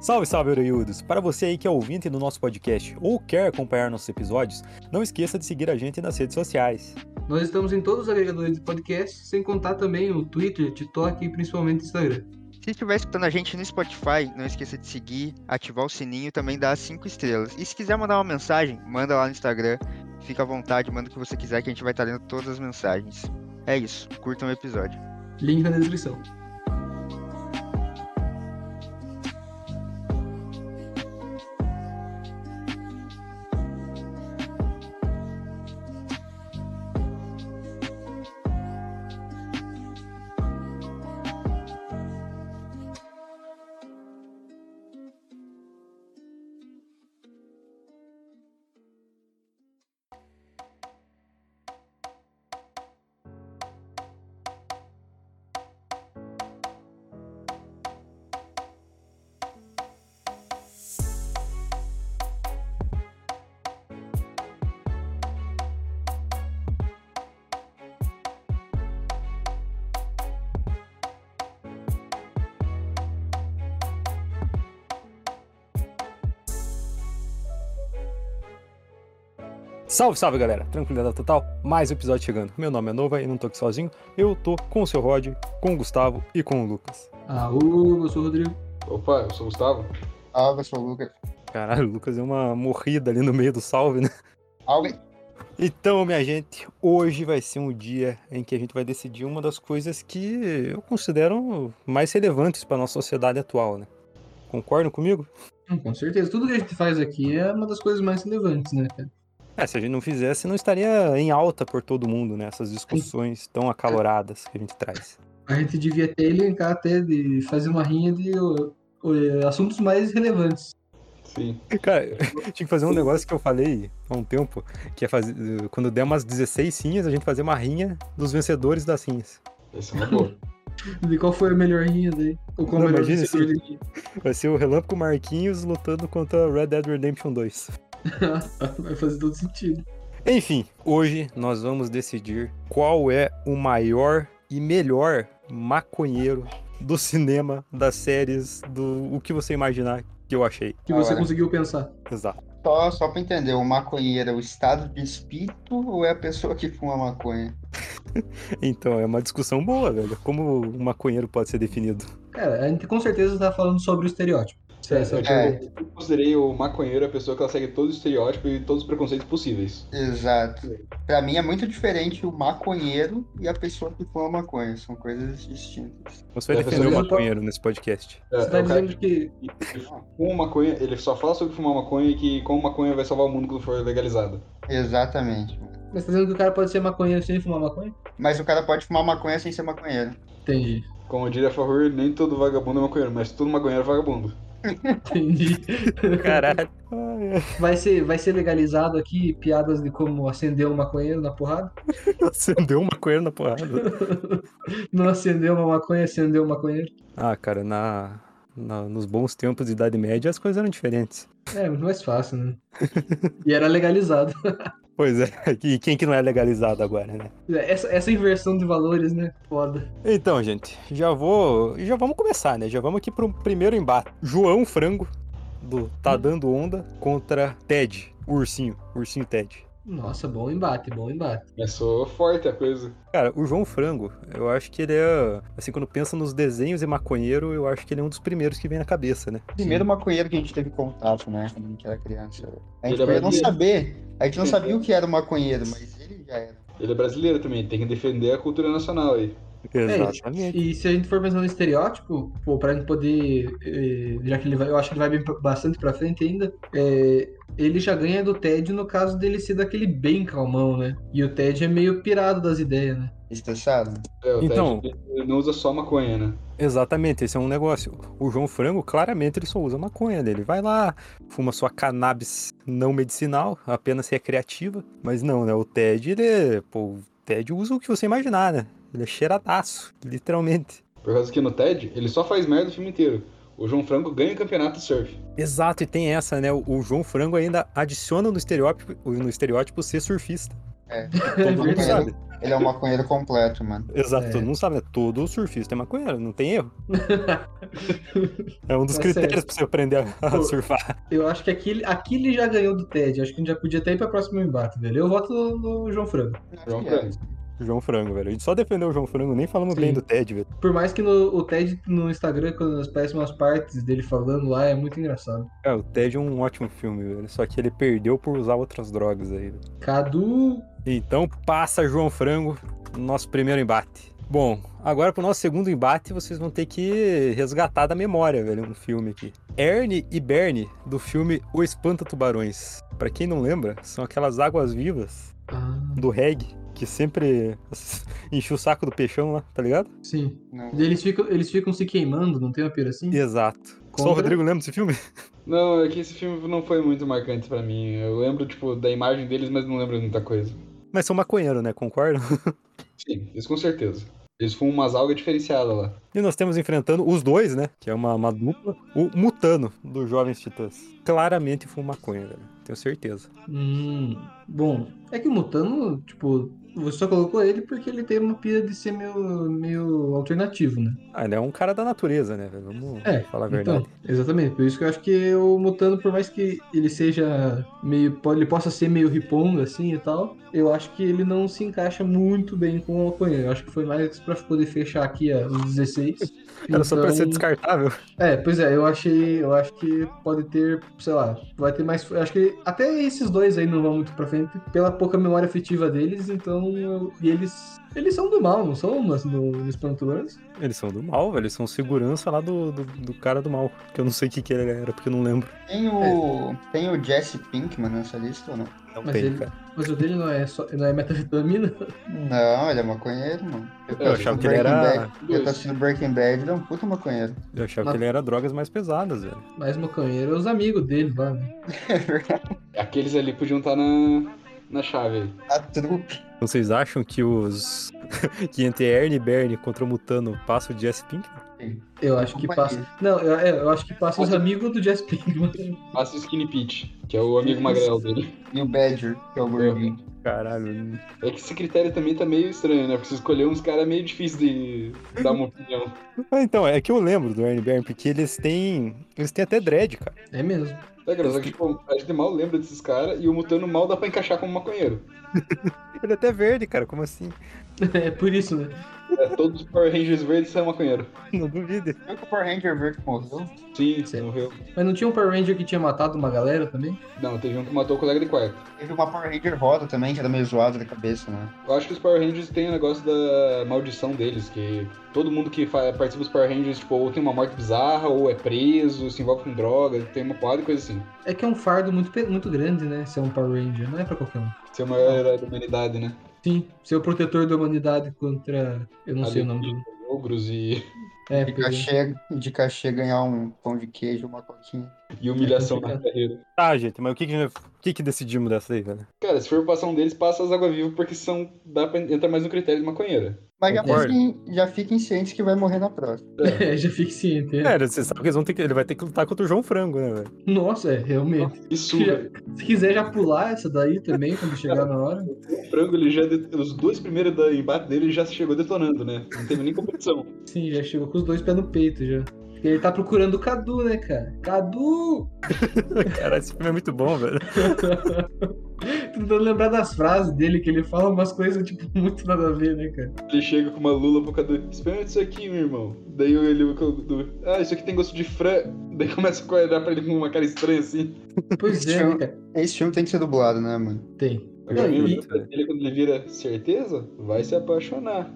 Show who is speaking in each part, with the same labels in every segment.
Speaker 1: Salve, salve, Oreiudos! Para você aí que é ouvinte do nosso podcast ou quer acompanhar nossos episódios, não esqueça de seguir a gente nas redes sociais.
Speaker 2: Nós estamos em todos os agregadores de podcast, sem contar também o Twitter, TikTok e principalmente Instagram.
Speaker 3: Se estiver escutando a gente no Spotify, não esqueça de seguir, ativar o sininho e também dar as 5 estrelas. E se quiser mandar uma mensagem, manda lá no Instagram. Fica à vontade, manda o que você quiser que a gente vai estar lendo todas as mensagens. É isso, curtam o episódio.
Speaker 2: Link na descrição.
Speaker 1: Salve, salve, galera! Tranquilidade total, mais um episódio chegando. Meu nome é Nova e não tô aqui sozinho. Eu tô com o seu Rod, com o Gustavo e com o Lucas.
Speaker 2: Aú, eu sou o Rodrigo.
Speaker 4: Opa, eu sou o Gustavo.
Speaker 5: Salve, eu sou Ah, o Lucas.
Speaker 1: Caralho, o Lucas é uma morrida ali no meio do salve, né?
Speaker 5: Salve.
Speaker 1: Então, minha gente, hoje vai ser um dia em que a gente vai decidir uma das coisas que eu considero mais relevantes para nossa sociedade atual, né? Concordam comigo?
Speaker 2: Hum, Com certeza, tudo que a gente faz aqui é uma das coisas mais relevantes, né, cara?
Speaker 1: É, se a gente não fizesse, não estaria em alta por todo mundo, né? Essas discussões tão acaloradas que a gente traz.
Speaker 2: A gente devia até elencar até de fazer uma rinha de ô, ô, assuntos mais relevantes.
Speaker 4: Sim.
Speaker 1: Cara, eu tinha que fazer um negócio que eu falei há um tempo, que é fazer. Quando der umas 16 cinhas, a gente fazer uma rinha dos vencedores das cinhas.
Speaker 4: Esse é uma boa.
Speaker 2: De qual foi a melhor rinha daí? Ou qual o
Speaker 1: Não,
Speaker 2: melhor
Speaker 1: imagina
Speaker 2: vencedor
Speaker 1: se-
Speaker 2: daqui?
Speaker 1: Vai ser o Relâmpago Marquinhos lutando contra Red Dead Redemption 2.
Speaker 2: Vai fazer todo sentido.
Speaker 1: Enfim, hoje nós vamos decidir qual é o maior e melhor maconheiro do cinema, das séries, do o que você imaginar que eu achei.
Speaker 2: Que
Speaker 4: Ah,
Speaker 2: você
Speaker 5: Agora.
Speaker 2: conseguiu pensar.
Speaker 1: Exato.
Speaker 5: Só, só pra entender, o maconheiro é o estado de espírito ou é a pessoa que fuma maconha?
Speaker 1: Então, é uma discussão boa, velho. Como um maconheiro pode ser definido?
Speaker 2: Cara, a gente com certeza tá falando sobre o estereótipo. Essa é a
Speaker 5: É.
Speaker 2: pergunta.
Speaker 4: Eu considerei o maconheiro a pessoa que ela segue todos os estereótipos e todos os preconceitos possíveis.
Speaker 5: Exato. Pra mim é muito diferente o maconheiro e a pessoa que fuma maconha. São coisas distintas.
Speaker 1: Você vai
Speaker 4: É,
Speaker 1: defender o
Speaker 2: você-
Speaker 1: maconheiro nesse podcast.
Speaker 4: É,
Speaker 2: Você tá
Speaker 4: é o cara
Speaker 2: dizendo que.
Speaker 4: que- que fuma maconha, ele só fala sobre fumar maconha e que como maconha vai salvar o mundo quando for legalizado.
Speaker 5: Exatamente. mano.
Speaker 2: Mas tá dizendo que o cara pode ser maconheiro sem fumar maconha?
Speaker 5: Mas o cara pode fumar maconha sem ser maconheiro.
Speaker 2: Entendi.
Speaker 4: Como eu diria a favor, nem todo vagabundo é maconheiro, mas todo maconheiro é vagabundo.
Speaker 2: Entendi.
Speaker 1: Caralho. Ai,
Speaker 2: Vai ser, vai ser legalizado aqui piadas de como acender um maconheiro na porrada?
Speaker 1: ai. Acendeu um maconheiro na porrada.
Speaker 2: Não acendeu uma maconha, acendeu um maconheiro?
Speaker 1: Ah, cara, na, na- nos bons tempos de Idade Média as coisas eram diferentes.
Speaker 2: É, muito mais fácil, né? E era legalizado.
Speaker 1: Pois é, e quem que não é legalizado agora, né?
Speaker 2: Essa, essa inversão de valores, né? Foda.
Speaker 1: Então, gente, já vou. Já vamos começar, né? Já vamos aqui pro primeiro embate. João Frango, do Tá Dando Onda, contra Ted, o ursinho. o Ursinho Ted.
Speaker 2: Nossa, bom embate, bom embate.
Speaker 4: Começou forte a coisa.
Speaker 1: Cara, o João Frango, eu acho que ele é. Assim, quando pensa nos desenhos e maconheiro, eu acho que ele é um dos primeiros que vem na cabeça, né?
Speaker 5: Primeiro maconheiro que a gente teve contato, né? Quando a gente era criança. A gente
Speaker 4: Ele é
Speaker 5: podia não
Speaker 4: brasileiro.
Speaker 5: saber. A gente não sabia o que era o maconheiro, mas ele já era.
Speaker 4: Ele é brasileiro também, tem que defender a cultura nacional aí.
Speaker 2: É, e se a gente for pensando no estereótipo, pô, pra gente poder. eh, já que ele vai, eu acho que ele vai bem pra- bastante pra frente ainda. eh, ele já ganha do Ted no caso dele ser daquele bem calmão, né? E o Ted é meio pirado das ideias, né?
Speaker 5: Estressado?
Speaker 4: É, o
Speaker 1: Então-
Speaker 4: Ted ele não usa só maconha, né?
Speaker 1: Exatamente, esse é um negócio. O João Frango, claramente, ele só usa maconha dele. Vai lá, fuma sua cannabis não medicinal, apenas recreativa. Mas não, né? O Ted, ele. Pô, o Ted usa o que você imaginar, né? Ele é cheiradaço, literalmente.
Speaker 4: Por causa que no TED, ele só faz merda o filme inteiro. O João Franco ganha o campeonato de surf.
Speaker 1: Exato, e tem essa, né? O João Frango ainda adiciona no estereótipo, no estereótipo ser surfista.
Speaker 5: É.
Speaker 1: Todo mundo
Speaker 2: verdade.
Speaker 1: sabe.
Speaker 5: Ele é um maconheiro completo, mano.
Speaker 1: Exato,
Speaker 2: É.
Speaker 1: todo mundo sabe, né? Todo surfista é maconheiro, não tem erro. É um dos
Speaker 2: Tá
Speaker 1: critérios
Speaker 2: certo.
Speaker 1: pra você aprender a, a
Speaker 2: Pô.
Speaker 1: surfar.
Speaker 2: Eu acho que aqui, ele- aqui ele já ganhou do Ted. Acho que a gente já podia até ir pra próximo embate, velho. Eu voto no, no João Franco.
Speaker 4: João
Speaker 5: É.
Speaker 4: Franco.
Speaker 1: João Frango, velho. A gente só defendeu o João Frango, nem falamos
Speaker 2: Sim.
Speaker 1: bem do Ted, velho.
Speaker 2: Por mais que no, o Ted no Instagram, quando aparecem umas partes dele falando lá, é muito engraçado.
Speaker 1: É, o Ted é um ótimo filme, velho. Só que ele perdeu por usar outras drogas aí. velho.
Speaker 2: Cadu.
Speaker 1: Então passa, João Frango, nosso primeiro embate. Bom, agora pro nosso segundo embate, vocês vão ter que resgatar da memória, velho, um filme aqui. Ernie e Bernie, do filme O Espanta Tubarões. Pra quem não lembra, são aquelas águas vivas
Speaker 2: Ah,
Speaker 1: do reggae, que sempre enche o saco do peixão lá, tá ligado?
Speaker 2: sim.
Speaker 5: Não.
Speaker 2: Eles ficam, eles ficam se queimando, não tem uma pira assim?
Speaker 1: Exato. Só
Speaker 2: Contra-
Speaker 1: o Rodrigo lembra desse filme?
Speaker 4: Não, é que esse filme não foi muito marcante pra mim. Eu lembro, tipo, da imagem deles, mas não lembro de muita coisa.
Speaker 1: Mas são maconheiro, né? Concordam?
Speaker 4: Sim, isso com certeza. Eles fumam umas algas diferenciadas lá.
Speaker 1: E nós temos enfrentando os dois, né? Que é uma, uma dupla. O Mutano, do Jovens Titãs. Claramente foi um maconha, velho. Tenho certeza.
Speaker 2: Hum, bom, é que o Mutano, tipo, você só colocou ele porque ele tem uma pira de ser meio, meio alternativo, né?
Speaker 1: Ah, ele é um cara da natureza, né, velho? Vamos
Speaker 2: É,
Speaker 1: falar a verdade.
Speaker 2: Então, exatamente. Por isso que eu acho que o Mutano, por mais que ele seja meio. po- Ele possa ser meio riponga, assim e tal, eu acho que ele não se encaixa muito bem com o Alconheiro. Eu acho que foi mais pra poder fechar aqui ó, os 16.
Speaker 1: Era só pra
Speaker 2: Então,
Speaker 1: ser descartável.
Speaker 2: É, pois é, eu achei. Eu acho que pode ter, sei lá, vai ter mais. eu Acho que até esses dois aí não vão muito pra frente, pela pouca memória afetiva deles, então. eu- e eles. Eles são do mal, não são mas no, no Espanturas?
Speaker 1: Eles são do mal, velho. Eles são segurança lá do, do, do cara do mal. Que eu não sei o que, que ele era, porque eu não lembro.
Speaker 5: Tem o. Tem o Jesse Pinkman nessa lista ou não?
Speaker 1: Não
Speaker 2: Mas
Speaker 1: tem,
Speaker 2: ele-
Speaker 1: cara.
Speaker 2: Mas o dele não é, só, não é metavitamina?
Speaker 5: Não, ele é maconheiro, mano. Eu,
Speaker 1: Eu
Speaker 5: tô
Speaker 1: achava
Speaker 5: assistindo
Speaker 1: que ele
Speaker 5: Breaking
Speaker 1: era.
Speaker 5: Bad. Eu tô assistindo Breaking Bad, ele é um puta maconheiro.
Speaker 1: Eu achava
Speaker 2: Mas-
Speaker 1: que ele era drogas mais pesadas, velho.
Speaker 2: Mas maconheiro é os amigos dele lá, né?
Speaker 5: É verdade.
Speaker 4: Aqueles ali podiam estar na, na chave aí.
Speaker 5: A trupe.
Speaker 1: Então vocês acham que os. que entre Ernie e Bernie contra o Mutano passa o Jesse Pink?
Speaker 2: Eu acho que passa.
Speaker 5: Companhia.
Speaker 2: Não, eu, é, eu acho que passa os amigos do Jess Pinkman.
Speaker 4: Passa o Skinny Pete, que é o amigo magrelo dele.
Speaker 5: E o Badger, que é o gordinho.
Speaker 1: Caralho,
Speaker 4: É que esse critério também tá meio estranho, né? Porque você escolheu uns caras meio difícil de dar uma opinião.
Speaker 1: Ah, então, é que eu lembro do Ernie Bern, porque eles têm. Eles têm até dread, cara.
Speaker 2: É mesmo.
Speaker 4: É, cara, só que tipo, a gente mal lembra desses caras e o Mutano mal dá pra encaixar como maconheiro.
Speaker 1: Ele é até verde, cara. Como assim?
Speaker 2: É por isso, né?
Speaker 4: É, todos os Power Rangers verdes são maconheiro.
Speaker 1: Não duvide.
Speaker 5: Foi que o Power Ranger verde morreu?
Speaker 4: Sim,
Speaker 2: Sim.
Speaker 4: morreu.
Speaker 2: Mas não tinha um Power Ranger que tinha matado uma galera também?
Speaker 4: Não, teve um que matou o colega de quarto.
Speaker 5: Teve uma Power Ranger roda também, que era meio zoada da cabeça, né?
Speaker 4: Eu acho que os Power Rangers têm o negócio da maldição deles, que todo mundo que fa- participa dos Power Rangers, tipo, ou tem uma morte bizarra, ou é preso, se envolve com droga, tem uma porrada de coisa assim.
Speaker 2: É que é um fardo muito, pe- muito grande, né? Ser um Power Ranger. Não é pra qualquer um.
Speaker 4: Ser o maior herói da humanidade, né?
Speaker 2: Sim, ser o protetor da humanidade contra. Eu não sei o nome do.
Speaker 4: Ogros e,
Speaker 2: É,
Speaker 5: De
Speaker 2: pois é.
Speaker 5: cachê, de cachê ganhar um pão de queijo, uma coquinha.
Speaker 4: e humilhação na
Speaker 2: complicado.
Speaker 4: carreira.
Speaker 1: Tá, gente, mas o que que, o que, que decidimos dessa aí, velho?
Speaker 4: Cara, se for passar um deles, passa as águas vivas, porque são. dá pra entrar mais no critério de maconheira.
Speaker 5: Mas já
Speaker 1: Concordo.
Speaker 5: fiquem, já fiquem cientes que vai morrer na próxima.
Speaker 2: É, já fique ciente. é.
Speaker 1: É, você sabe que eles vão ter que. Ele vai ter que lutar contra o João Frango, né, velho?
Speaker 2: Nossa, é, realmente.
Speaker 4: Isso,
Speaker 2: Se, se quiser já pular essa daí também, quando chegar na hora.
Speaker 4: o frango, ele já. det- Os dois primeiros da embate dele já se chegou detonando, né? Não teve nem competição.
Speaker 2: Sim, já chegou com os dois pés no peito já. E ele tá procurando o Cadu, né, cara? Cadu!
Speaker 1: Cara, esse filme é muito bom, velho.
Speaker 2: Tentando lembrar das frases dele, que ele fala umas coisas, tipo, muito nada a ver, né, cara?
Speaker 4: Ele chega com uma lula pro Cadu. Experimenta isso aqui, meu irmão. Daí ele, o Cadu. Ah, isso aqui tem gosto de fran. Daí começa a olhar pra ele com uma cara estranha assim.
Speaker 2: Pois é, né, cara?
Speaker 5: Esse filme tem que ser dublado, né, mano?
Speaker 2: Tem.
Speaker 4: Eu já vi o
Speaker 2: E-
Speaker 4: livro dele quando ele vira certeza, vai se apaixonar.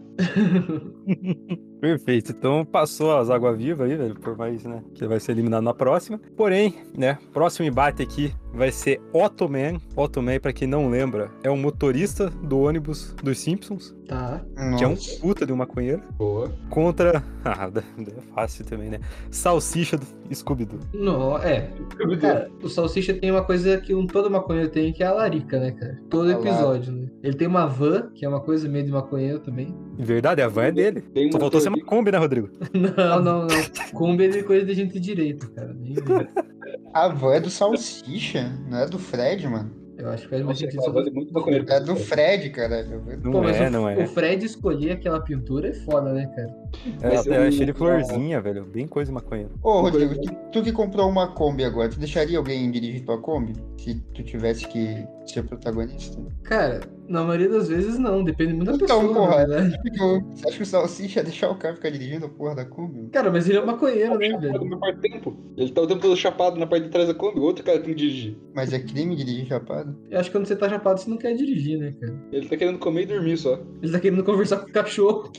Speaker 1: Perfeito. Então passou as águas vivas aí, velho. Por mais, né? Que vai ser eliminado na próxima. Porém, né? Próximo embate aqui vai ser Otto Man. Otto Man, pra quem não lembra, é um motorista do ônibus dos Simpsons,
Speaker 2: Tá.
Speaker 1: que é um
Speaker 5: Nossa.
Speaker 1: puta de um maconheiro.
Speaker 4: Boa.
Speaker 1: contra. Ah, da- da- é fácil também, né? Salsicha do Scooby-Doo.
Speaker 2: Não, é. Cara, o Salsicha tem uma coisa que um, todo maconheiro tem, que é a larica, né, cara? Todo
Speaker 5: A
Speaker 2: episódio, né? Ele tem uma van, que é uma coisa meio de maconheiro também.
Speaker 1: Em Verdade, a van é dele.
Speaker 4: Tem
Speaker 1: Só
Speaker 4: uma
Speaker 1: faltou ser uma
Speaker 4: teoria-
Speaker 1: Kombi, né, Rodrigo?
Speaker 2: Não, Ah, não, não. Kombi é de coisa de gente direita, cara. Nem-
Speaker 5: A van é do Salsicha, não é do Fred, mano?
Speaker 2: Eu acho que faz mais
Speaker 4: Nossa,
Speaker 2: sentido.
Speaker 4: cara,
Speaker 2: só pra-
Speaker 4: vale muito maconheiro.
Speaker 5: É do Fred, cara.
Speaker 1: Não
Speaker 2: Pô, mas
Speaker 1: é,
Speaker 2: o,
Speaker 1: não é.
Speaker 2: o Fred escolher aquela pintura é foda, né, cara?
Speaker 1: Eu,
Speaker 4: Mas
Speaker 1: até
Speaker 4: eu-
Speaker 1: achei ele florzinha, velho. Bem coisa maconheira.
Speaker 5: Ô, Rodrigo, tu, tu que comprou uma Kombi agora, tu deixaria alguém dirigir tua Kombi? Se tu tivesse que ser protagonista?
Speaker 2: Cara, na maioria das vezes não, depende muito da pessoa,
Speaker 5: Então,
Speaker 2: né?
Speaker 5: porra.
Speaker 2: na verdade.
Speaker 5: Tipo, Você acha que o Salsicha ia deixar o cara ficar dirigindo a porra da Kombi?
Speaker 2: Cara, mas ele é um maconheiro, né,
Speaker 4: Chapado
Speaker 2: velho?
Speaker 4: na parte do tá tempo. Ele tá o tempo todo chapado na parte de trás da Kombi, o outro cara tem que dirigir.
Speaker 5: Mas é crime dirigir chapado?
Speaker 2: Eu acho que quando você tá chapado, você não quer dirigir, né, cara?
Speaker 4: Ele tá querendo comer e dormir só.
Speaker 2: Ele tá querendo conversar com o cachorro.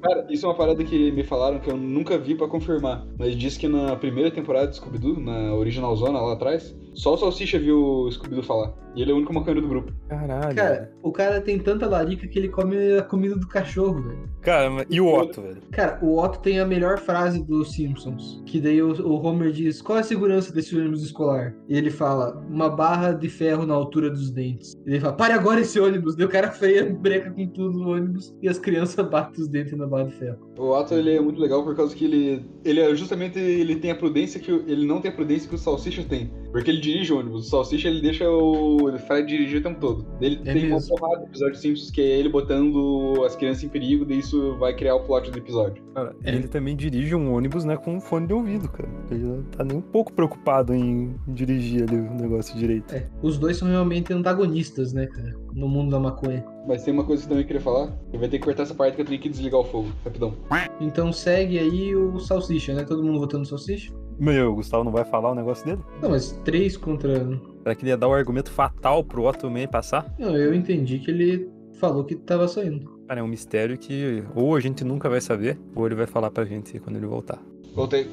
Speaker 4: Cara, isso é uma parada que me falaram que eu nunca vi pra confirmar. Mas diz que na primeira temporada de Scooby-Doo, na original zona lá atrás, só o Salsicha viu o Scooby-Doo falar. E ele é o único maconheiro do grupo.
Speaker 1: Caralho.
Speaker 2: Cara, o cara tem tanta larica que ele come a comida do cachorro, velho.
Speaker 1: Cara, mas- e o Otto, velho?
Speaker 2: Cara, o Otto tem a melhor frase dos Simpsons. Que daí o, o Homer diz: Qual é a segurança desse ônibus escolar? E ele fala: Uma barra de ferro na altura dos dentes. E ele fala: Pare agora esse ônibus. Daí o cara freia, breca com tudo no ônibus e as crianças batem os dentes na barra de ferro.
Speaker 4: O Ato ele é muito legal por causa que ele. Ele é justamente. Ele tem a prudência que. o- Ele não tem a prudência que o Salsicha tem. Porque ele dirige o ônibus. O Salsicha ele deixa o ele Fred dirigir o tempo todo. Ele
Speaker 2: É
Speaker 4: tem uma
Speaker 2: mesmo.
Speaker 4: porrada do episódio Simpsons que é ele botando as crianças em perigo, daí isso vai criar o plot do episódio.
Speaker 1: Cara,
Speaker 2: É.
Speaker 1: Ele também dirige um ônibus, né, com um fone de ouvido, cara. Ele não tá nem um pouco preocupado em dirigir ali o negócio direito.
Speaker 2: É, os dois são realmente antagonistas, né, cara? No mundo da maconha.
Speaker 4: Mas tem uma coisa que eu também queria falar. Eu vou ter que cortar essa parte que eu tenho que desligar o fogo, rapidão.
Speaker 2: Então segue aí o Salsicha, né? Todo mundo votando no Salsicha?
Speaker 1: Meu, o Gustavo não vai falar o negócio dele?
Speaker 2: Não, mas três contra. um.
Speaker 1: Será que ele ia dar o argumento fatal pro Otto Man passar?
Speaker 2: Não, eu entendi que ele falou que tava saindo.
Speaker 1: Cara, é um mistério que ou a gente nunca vai saber, ou ele vai falar pra gente quando ele voltar.
Speaker 4: Voltei.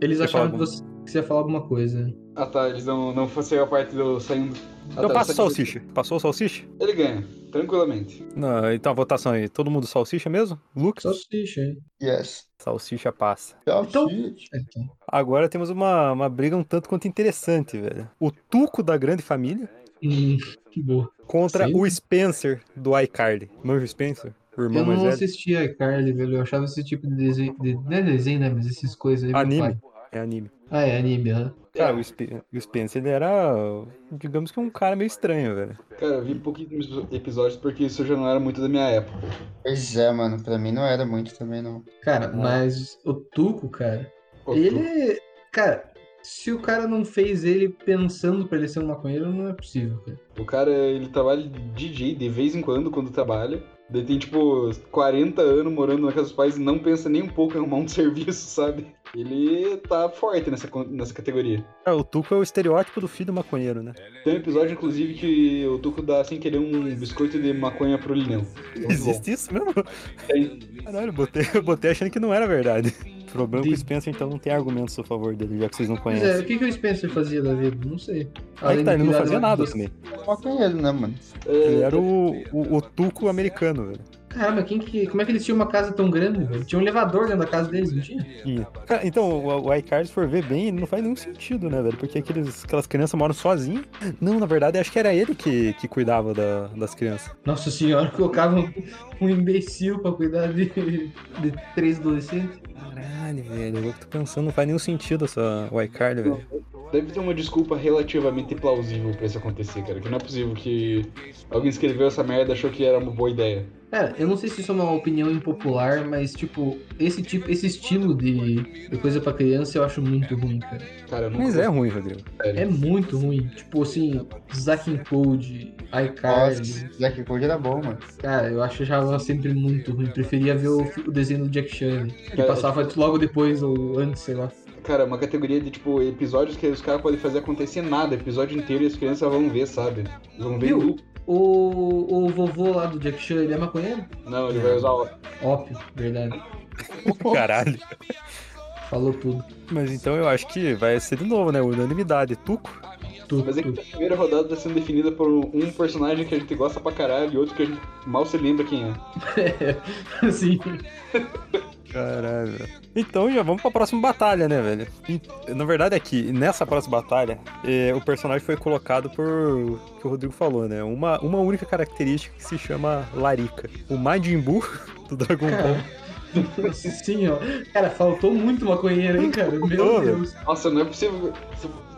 Speaker 2: Eles
Speaker 1: Você
Speaker 2: acharam que
Speaker 1: fala
Speaker 2: você, que você ia falar alguma coisa, né?
Speaker 4: Ah tá, eles não, não faziam a parte do saindo. Ah,
Speaker 1: Então
Speaker 4: tá,
Speaker 1: passa o
Speaker 4: só que-
Speaker 1: Salsicha. Passou o Salsicha?
Speaker 4: Ele ganha, tranquilamente.
Speaker 1: Não, então a votação aí. Todo mundo Salsicha mesmo? Lucas?
Speaker 2: Salsicha, hein?
Speaker 5: Yes.
Speaker 1: Salsicha passa.
Speaker 2: Então-
Speaker 5: Salsicha.
Speaker 2: Então.
Speaker 1: Agora temos uma, uma briga um tanto quanto interessante, velho. O Tuco da Grande Família
Speaker 2: Hum, que boa.
Speaker 1: contra
Speaker 2: Sim.
Speaker 1: o Spencer do iCarly. Manja o Spencer? O irmão é-
Speaker 2: Eu
Speaker 1: mais
Speaker 2: não
Speaker 1: velho?
Speaker 2: assistia iCarly, velho. Eu achava esse tipo de desenho. de- não é desenho, né? Mas essas coisas aí. meu
Speaker 1: Anime.
Speaker 2: pai.
Speaker 1: É anime.
Speaker 2: Ah, é, anime. aham.
Speaker 1: Cara, o, Spe- o Spencer, ele era, digamos que um cara meio estranho, velho.
Speaker 4: Cara, eu vi pouquíssimos episódios porque isso já não era muito da minha época.
Speaker 5: Pois é, mano. Pra mim não era muito também, não.
Speaker 1: Ah.
Speaker 2: Cara, mas o Tuco, cara.
Speaker 4: Ô, tu-
Speaker 2: Ele. é- Cara, se o cara não fez ele pensando pra ele ser um maconheiro, não é possível, cara.
Speaker 4: O cara, ele trabalha de DJ de vez em quando, quando trabalha. Daí tem, tipo, 40 anos morando na casa dos pais e não pensa nem um pouco em arrumar um serviço, sabe? Ele tá forte nessa, con- nessa categoria.
Speaker 1: Ah, o Tuco é o estereótipo do filho maconheiro,
Speaker 2: É,
Speaker 1: né?
Speaker 4: Tem um episódio, inclusive, que o Tuco dá sem querer um biscoito de maconha pro Lineu. É, Muito bom.
Speaker 1: Existe isso mesmo?
Speaker 4: Tem.
Speaker 1: Caralho, botei, botei achando que não era verdade. O problema é que o
Speaker 2: De-
Speaker 1: Spencer, então, não tem argumentos a favor dele, já que vocês não
Speaker 2: Pois
Speaker 1: conhecem.
Speaker 2: é, o que, que o Spencer fazia da vida? Não sei.
Speaker 1: Aí que tá,
Speaker 2: de
Speaker 1: ele não
Speaker 2: cuidar
Speaker 1: fazia
Speaker 2: da-
Speaker 1: nada também.
Speaker 5: Maconheiro, né, mano?
Speaker 1: Ele
Speaker 4: É,
Speaker 1: era o, o, o Tuco americano, velho.
Speaker 2: Caramba, quem que... como é que eles tinham uma casa tão grande, velho? Tinha um elevador dentro da casa deles, não tinha?
Speaker 1: E- Cara, então, o, o iCarly, se for ver bem, ele não faz nenhum sentido, né, velho? Porque aqueles, aquelas crianças moram sozinhas. Não, na verdade, acho que era ele que, que cuidava da- das crianças.
Speaker 2: Nossa senhora, colocava um, um imbecil pra cuidar de, de três adolescentes.
Speaker 1: Caralho, velho, agora que eu tô pensando, não faz nenhum sentido essa o iCarly, velho.
Speaker 4: deve ter uma desculpa relativamente plausível pra isso acontecer, cara. Que não é possível que alguém escreveu essa merda e achou que era uma boa ideia.
Speaker 2: Cara, eu não sei se isso é uma opinião impopular, mas tipo, esse tipo, esse estilo de, de coisa pra criança eu acho muito ruim, cara.
Speaker 4: Cara, eu nunca
Speaker 1: Mas é ruim, Rodrigo.
Speaker 2: É muito ruim. Tipo assim, Zack and Code,
Speaker 5: Nossa,
Speaker 2: iCarly.
Speaker 5: Zack Code era bom, mano.
Speaker 2: Cara, eu achava sempre muito ruim. Preferia ver o, o desenho do Jack Chan, que
Speaker 4: Cara,
Speaker 2: passava logo depois ou antes, sei lá.
Speaker 4: Cara, é uma categoria de, tipo, episódios que os caras podem fazer acontecer nada, episódio inteiro e as crianças vão ver, sabe? Vão ver.
Speaker 2: Viu?
Speaker 4: nu.
Speaker 2: O, o vovô lá do Jack Chan, ele é maconheiro?
Speaker 4: Não, ele vai usar o.
Speaker 2: Óbvio, verdade.
Speaker 1: Caralho.
Speaker 2: Falou tudo.
Speaker 1: Mas então eu acho que vai ser de novo, né? Unanimidade. Tuco.
Speaker 2: Tudo,
Speaker 4: Mas é
Speaker 2: tudo.
Speaker 4: que a primeira rodada tá sendo definida por um personagem que a gente gosta pra caralho e outro que a gente mal se lembra quem é.
Speaker 2: Assim,
Speaker 1: Caralho. Então já vamos pra próxima batalha, né, velho? E, Na verdade é que nessa próxima batalha, eh, o personagem foi colocado por o que o Rodrigo falou, né? Uma, uma única característica que se chama Larica. O Majin Buu do Dragon Ball.
Speaker 2: cara, Sim, ó. Cara, faltou muito maconheiro, hein, cara? Meu
Speaker 1: Faltou,
Speaker 2: Deus.
Speaker 4: Nossa, não é possível.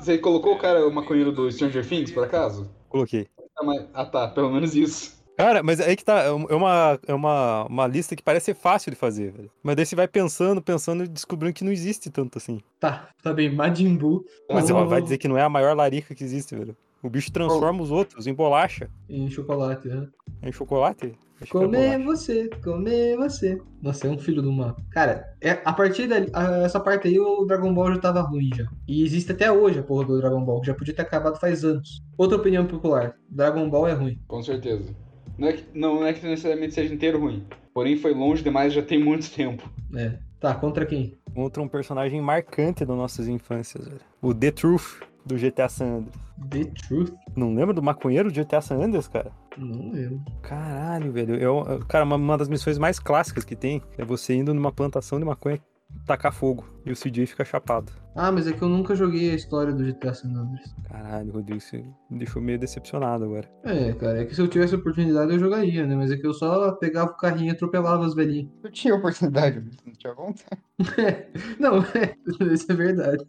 Speaker 4: Você colocou o cara, o maconheiro do Stranger Things, por acaso?
Speaker 1: Coloquei.
Speaker 4: Ah, mas- ah, tá, pelo menos isso.
Speaker 1: Cara, mas aí que tá. É um- é uma, é uma, uma lista que parece ser fácil de fazer, velho. Mas daí você vai pensando, pensando e descobrindo que não existe tanto assim.
Speaker 2: Tá, tá bem. Majin Buu.
Speaker 1: Mas
Speaker 2: Então,
Speaker 1: ela vai dizer que não é a maior larica que existe, velho. O bicho transforma os outros em bolacha,
Speaker 2: Em chocolate, né?
Speaker 1: em chocolate. Acho que era
Speaker 2: Comer
Speaker 1: bolacha.
Speaker 2: você, comer você. Nossa, é um filho de uma. Cara, é, a partir dali, a- essa parte aí o Dragon Ball já tava ruim já. E existe até hoje a porra do Dragon Ball, que já podia ter acabado faz anos. Outra opinião popular: Dragon Ball é ruim.
Speaker 4: Com certeza. Não é que, não, não é que necessariamente seja inteiro ruim. Porém, foi longe demais já tem muito tempo.
Speaker 2: É. Tá, contra quem?
Speaker 1: Contra um personagem marcante das nossas infâncias, velho. O The Truth do GTA San Andreas.
Speaker 2: The Truth?
Speaker 1: Não lembra do maconheiro do GTA San Andreas, cara?
Speaker 2: Não lembro.
Speaker 1: Caralho, velho. Eu, cara, uma, uma das missões mais clássicas que tem é você indo numa plantação de maconha tacar fogo. E o CJ fica chapado.
Speaker 2: Ah, mas é que eu nunca joguei a história do GTA San Andreas.
Speaker 1: Caralho, Rodrigo, você me deixou meio decepcionado agora.
Speaker 2: É, cara, é que se eu tivesse oportunidade eu jogaria, né? Mas é que eu só pegava o carrinho e atropelava as velhinhas.
Speaker 5: Eu tinha oportunidade, mas não tinha vontade.
Speaker 2: Não, é, isso é verdade.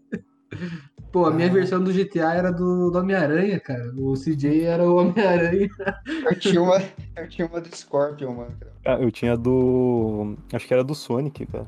Speaker 2: Pô, a minha
Speaker 1: Ah.
Speaker 2: versão do GTA era do, do Homem-Aranha, cara. O CJ era o Homem-Aranha.
Speaker 5: Eu tinha uma, eu tinha uma do Scorpion, mano.
Speaker 1: Ah, eu tinha do. Acho que era do Sonic, cara.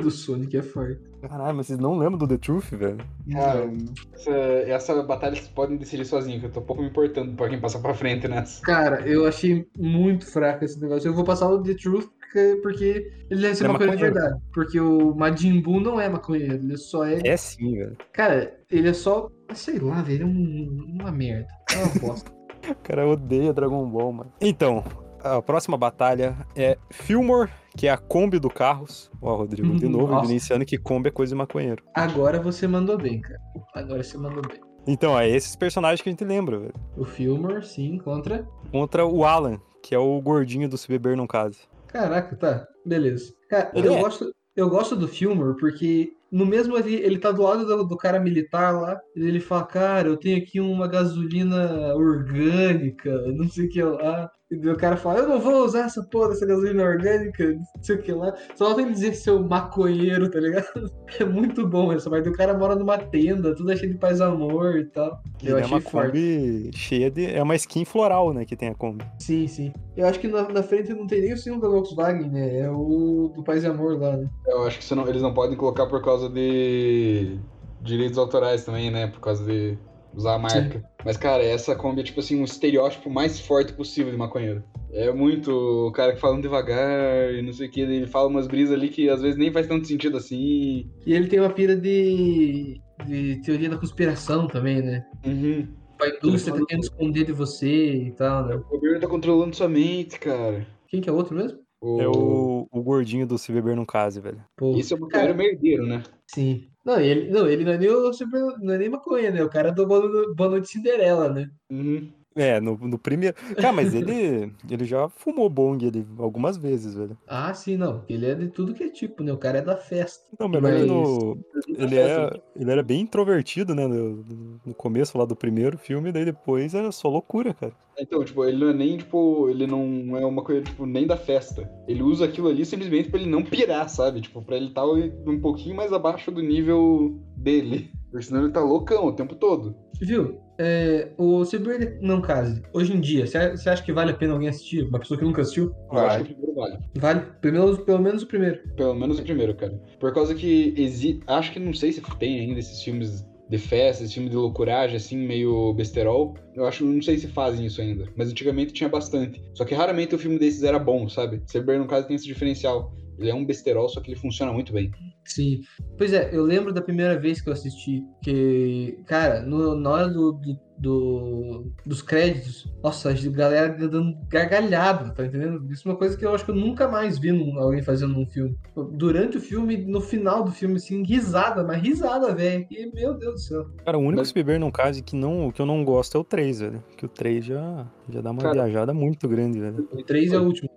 Speaker 2: Do Sonic é forte.
Speaker 1: Caralho, mas vocês não lembram do The Truth, velho?
Speaker 5: Cara,
Speaker 4: Essa, essa batalha vocês podem decidir sozinho, que eu tô pouco me importando pra quem passar pra frente nessa.
Speaker 2: Cara, eu achei muito fraco esse negócio. Eu vou passar o The Truth porque, porque ele deve ser
Speaker 1: É
Speaker 2: maconheiro de
Speaker 1: maconheiro.
Speaker 2: verdade. Porque o Majin Buu não é maconheiro, ele só é.
Speaker 1: É sim, velho.
Speaker 2: Cara, ele é só. Sei lá, velho, ele é um- uma merda. É uma bosta.
Speaker 1: O cara odeia Dragon Ball, mano. Então, a próxima batalha é Fillmore, que é a Kombi do Carros. Ó, Rodrigo, de
Speaker 2: Hum,
Speaker 1: novo,
Speaker 2: nossa.
Speaker 1: evidenciando que Kombi é coisa de maconheiro.
Speaker 2: Agora você mandou bem, cara. Agora você mandou bem.
Speaker 1: Então, é esses personagens que a gente lembra, velho.
Speaker 2: O Filmer, sim, contra.
Speaker 1: Contra o Alan, que é o gordinho do Se Beber Não Case.
Speaker 2: Caraca, tá. Beleza. Cara,
Speaker 1: Ele
Speaker 2: eu,
Speaker 1: é.
Speaker 2: gosto, eu gosto do Filmer porque no mesmo ali, ele tá do lado do, do cara militar lá, e ele fala, cara, eu tenho aqui uma gasolina orgânica, não sei o que lá. E daí o cara fala, eu não vou usar essa porra dessa gasolina orgânica, não sei o que lá. Só falta ele dizer seu maconheiro, tá ligado? É muito bom essa parte. O cara mora numa tenda, tudo é cheio de paz e amor e tal. Eu
Speaker 1: Ele é uma
Speaker 2: achei forte.
Speaker 1: Kombi cheia de. É uma skin floral, né? Que tem a Kombi.
Speaker 2: Sim, sim. Eu acho que na, na frente não tem nem o símbolo da Volkswagen, né? É o do Paz e Amor lá, né?
Speaker 4: Eu acho que você não- eles não podem colocar por causa de direitos autorais também, né? Por causa de usar a marca. Mas, cara, essa Kombi é tipo assim, um estereótipo mais forte possível de maconheiro. É muito o cara que fala um devagar e não sei o que, ele fala umas brisas ali que às vezes nem faz tanto sentido assim.
Speaker 2: E ele tem uma pira de, de teoria da conspiração também, né?
Speaker 4: Uhum.
Speaker 2: A indústria tá querendo esconder de você e tal, né?
Speaker 4: O governo tá controlando sua mente, cara.
Speaker 2: Quem que é o outro mesmo?
Speaker 1: É o, o gordinho do Se Beber Não Case, velho.
Speaker 2: Pô,
Speaker 4: Isso é um maconheiro merdeiro, né?
Speaker 2: sim. Não, ele não, ele não é nem, o, super- não é nem maconha, né? O cara do Boa No- Boa Noite Cinderela, né?
Speaker 4: Uhum.
Speaker 1: É, no, no primeiro. Cara, mas ele, ele já fumou bong ele, algumas vezes, velho.
Speaker 2: Ah, sim, não. Ele é de tudo que é tipo, né? O cara é da festa.
Speaker 1: Não, melhor
Speaker 2: Mas-
Speaker 1: no, Ele era, ele era bem introvertido, né? No, no começo lá do primeiro filme, daí depois era só loucura, cara.
Speaker 4: Então, tipo, ele não é nem, tipo, ele não é uma coisa, tipo, nem da festa. Ele usa aquilo ali simplesmente pra ele não pirar, sabe? Tipo, pra ele estar um pouquinho mais abaixo do nível dele. Porque senão ele tá loucão o tempo todo.
Speaker 2: Viu? É, o Cyber não case. Hoje em dia, você você acha que vale a pena alguém assistir? Uma pessoa que nunca assistiu?
Speaker 4: Eu
Speaker 5: Vai.
Speaker 4: acho que o primeiro vale.
Speaker 2: Vale, pelo menos, pelo menos o primeiro.
Speaker 4: Pelo menos o primeiro, cara. Por causa que exi... acho que não sei se tem ainda esses filmes de festa, esses filmes de loucuragem, assim, meio besterol. Eu acho, não sei se fazem isso ainda. Mas antigamente tinha bastante. Só que raramente o filme desses era bom, sabe? Cerber, no caso, tem esse diferencial. Ele é um besterol, só que ele funciona muito bem.
Speaker 2: Sim. Pois é, eu lembro da primeira vez que eu assisti, que, cara, no, na hora do, do, do- dos créditos, nossa, a galera tá dando gargalhada, tá entendendo? Isso é uma coisa que eu acho que eu nunca mais vi num- alguém fazendo num filme. Durante o filme, no final do filme, assim, risada, mas risada, velho. E, meu Deus do céu.
Speaker 1: Cara, o único
Speaker 4: Mas-
Speaker 1: Se Beber Não Case que, não, que eu não gosto é o 3, velho. Que o 3 já, já dá uma
Speaker 4: Cara-
Speaker 1: viajada muito grande, velho.
Speaker 2: O 3 é o último.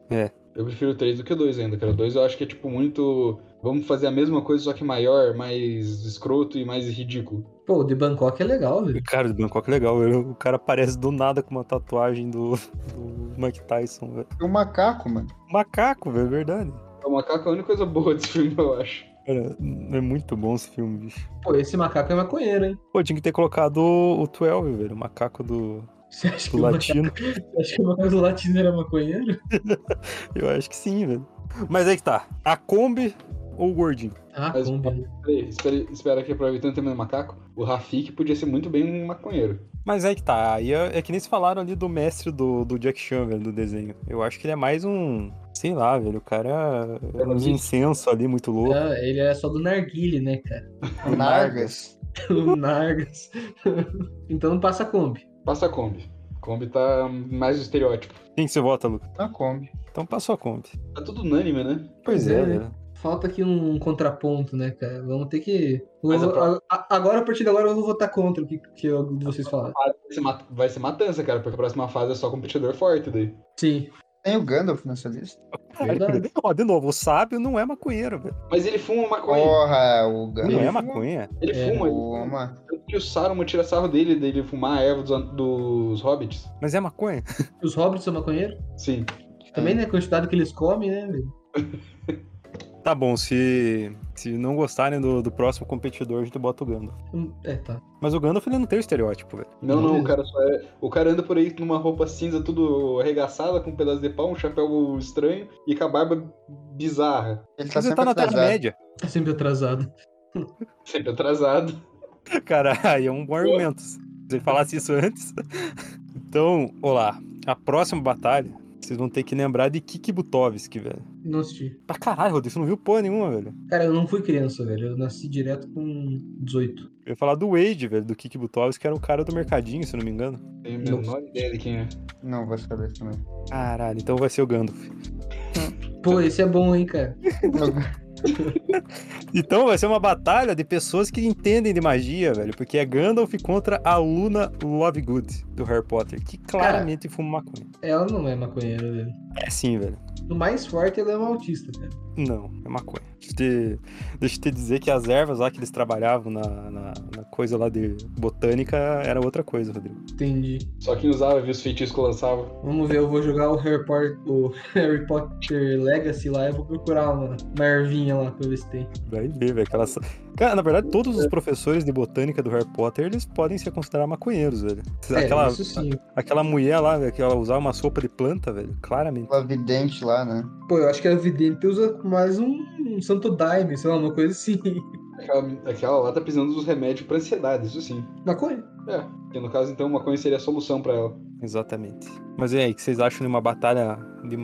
Speaker 4: Eu prefiro o 3 do que o 2 ainda, cara. O 2 eu acho que é tipo muito. Vamos fazer a mesma coisa, só que maior, mais escroto e mais ridículo.
Speaker 2: Pô, o de Bangkok é legal, velho.
Speaker 1: Cara, do Bangkok é legal, velho. O cara aparece do nada com uma tatuagem do, do Mike Tyson, velho.
Speaker 5: um macaco, mano.
Speaker 1: Macaco, velho, é verdade.
Speaker 4: O macaco é a única coisa boa desse filme, eu acho.
Speaker 1: Cara, é muito bom esse filme, bicho.
Speaker 2: Pô, esse macaco é maconheiro, hein?
Speaker 1: Pô, tinha que ter colocado o 12, velho. O macaco do,
Speaker 2: Você acha que
Speaker 1: do
Speaker 2: o
Speaker 1: latino.
Speaker 2: macaco- acha que o macaco do latino era maconheiro?
Speaker 1: Eu acho que sim, velho. Mas aí que tá. A Kombi ou o gordinho?
Speaker 2: Ah,
Speaker 4: Mas-
Speaker 2: Kombi.
Speaker 4: Peraí, espera, espera que aproveitando também o um macaco, o Rafik podia ser muito bem um maconheiro.
Speaker 1: Mas aí que tá. Aí é, é que nem se falaram ali do mestre do, do Jack Chan, velho, do desenho. Eu acho que ele é mais um. Sei lá, velho. O cara. É uns incenso ali muito louco.
Speaker 2: Ah, ele é só do narguile, né, cara?
Speaker 5: O Nargas.
Speaker 2: O Nargas. então não passa Kombi.
Speaker 4: Passa a Kombi. Kombi tá mais estereótipo.
Speaker 1: Quem que você vota, Lucas?
Speaker 5: Na Kombi.
Speaker 1: Então passou a Kombi.
Speaker 4: Tá tudo unânime, né?
Speaker 2: Pois é, né?
Speaker 1: velho.
Speaker 2: Falta aqui um contraponto, né, cara? Vamos ter que.
Speaker 4: Mas
Speaker 2: Vou-
Speaker 4: a-
Speaker 2: a- agora, a partir de agora, eu vou votar contra o que, que eu- vocês falaram.
Speaker 4: Vai ser, mat- vai ser matança, cara, porque a próxima fase é só competidor forte daí.
Speaker 2: Sim,
Speaker 5: Tem o Gandalf nessa lista?
Speaker 1: É
Speaker 2: verdade.
Speaker 1: Ó, de novo, o sábio não é maconheiro, velho.
Speaker 4: Mas ele fuma maconha.
Speaker 5: Porra, o Gandalf.
Speaker 1: Não é
Speaker 2: fuma.
Speaker 1: maconha.
Speaker 4: ele
Speaker 2: é,
Speaker 4: fuma. ele-
Speaker 5: Toma.
Speaker 4: Tanto que o Saruman tira sarro dele, dele fumar a erva dos, dos hobbits.
Speaker 1: Mas é maconha?
Speaker 2: Os hobbits são maconheiros?
Speaker 4: Sim.
Speaker 2: Também, né? A quantidade que eles comem, né, velho?
Speaker 1: Tá bom, se, se não gostarem do, do próximo competidor, a gente bota o Gandalf.
Speaker 2: Hum, É, tá.
Speaker 1: Mas o Gandalf ele não tem o estereótipo, velho.
Speaker 4: Não, não, o
Speaker 2: Beleza.
Speaker 4: cara só é. O cara anda por aí numa roupa cinza, tudo arregaçada, com um pedaço de pau, um chapéu estranho e com a barba bizarra.
Speaker 5: Ele tá
Speaker 1: Você
Speaker 5: sempre
Speaker 1: tá na
Speaker 5: atrasado.
Speaker 1: Terra-média.
Speaker 2: Tá sempre atrasado.
Speaker 4: Sempre atrasado.
Speaker 1: Cara, aí é um bom argumento. Se ele falasse isso antes. Então, olá. A próxima batalha, vocês vão ter que lembrar de Kiki Butovski, velho.
Speaker 2: Não assisti.
Speaker 1: Pra caralho, Rodrigo, você não viu porra nenhuma, velho.
Speaker 2: Cara, eu não fui criança, velho. Eu nasci direto com 18.
Speaker 1: Eu ia falar do Wade, velho, do Kiki Butovski, que era o cara do mercadinho, se não me engano.
Speaker 4: Tenho a menor ideia de quem é.
Speaker 5: Não, vou saber também.
Speaker 1: Caralho, então vai ser o Gandalf.
Speaker 2: Pô,
Speaker 4: Tá.
Speaker 2: esse é bom, hein, cara?
Speaker 1: Então vai ser uma batalha de pessoas que entendem de magia, velho. Porque é Gandalf contra a Luna Lovegood do Harry Potter, que claramente fuma maconha.
Speaker 2: Ela não é maconheira, velho.
Speaker 1: É sim, velho.
Speaker 2: No mais forte, ela é uma autista, cara.
Speaker 1: Não, é maconha. Deixa eu, te, deixa eu te dizer que as ervas lá que eles trabalhavam na, na- na coisa lá de botânica era outra coisa, Rodrigo.
Speaker 2: Entendi.
Speaker 4: Só quem usava, viu os feitiços que lançava.
Speaker 2: Vamos ver, eu vou jogar o Harry Potter, o Harry Potter Legacy lá e eu vou procurar uma, uma ervinha lá pra ver se tem.
Speaker 1: Vai ver, velho. Aquelas... Cara, na verdade, todos os professores de botânica do Harry Potter, eles podem se considerar maconheiros, velho. Aquela,
Speaker 2: É, isso sim.
Speaker 1: aquela mulher lá, velho, que ela usava uma sopa de planta, velho, claramente.
Speaker 5: O vidente lá, né?
Speaker 2: Pô, eu acho que a Vidente usa mais um, um santo daime, sei lá, uma coisa assim.
Speaker 4: Aquela, aquela lá tá precisando dos remédios pra ansiedade, isso sim.
Speaker 2: Maconha.
Speaker 4: É, que no caso então maconha seria a solução pra ela.
Speaker 1: Exatamente. Mas e aí, o que vocês acham de uma batalha de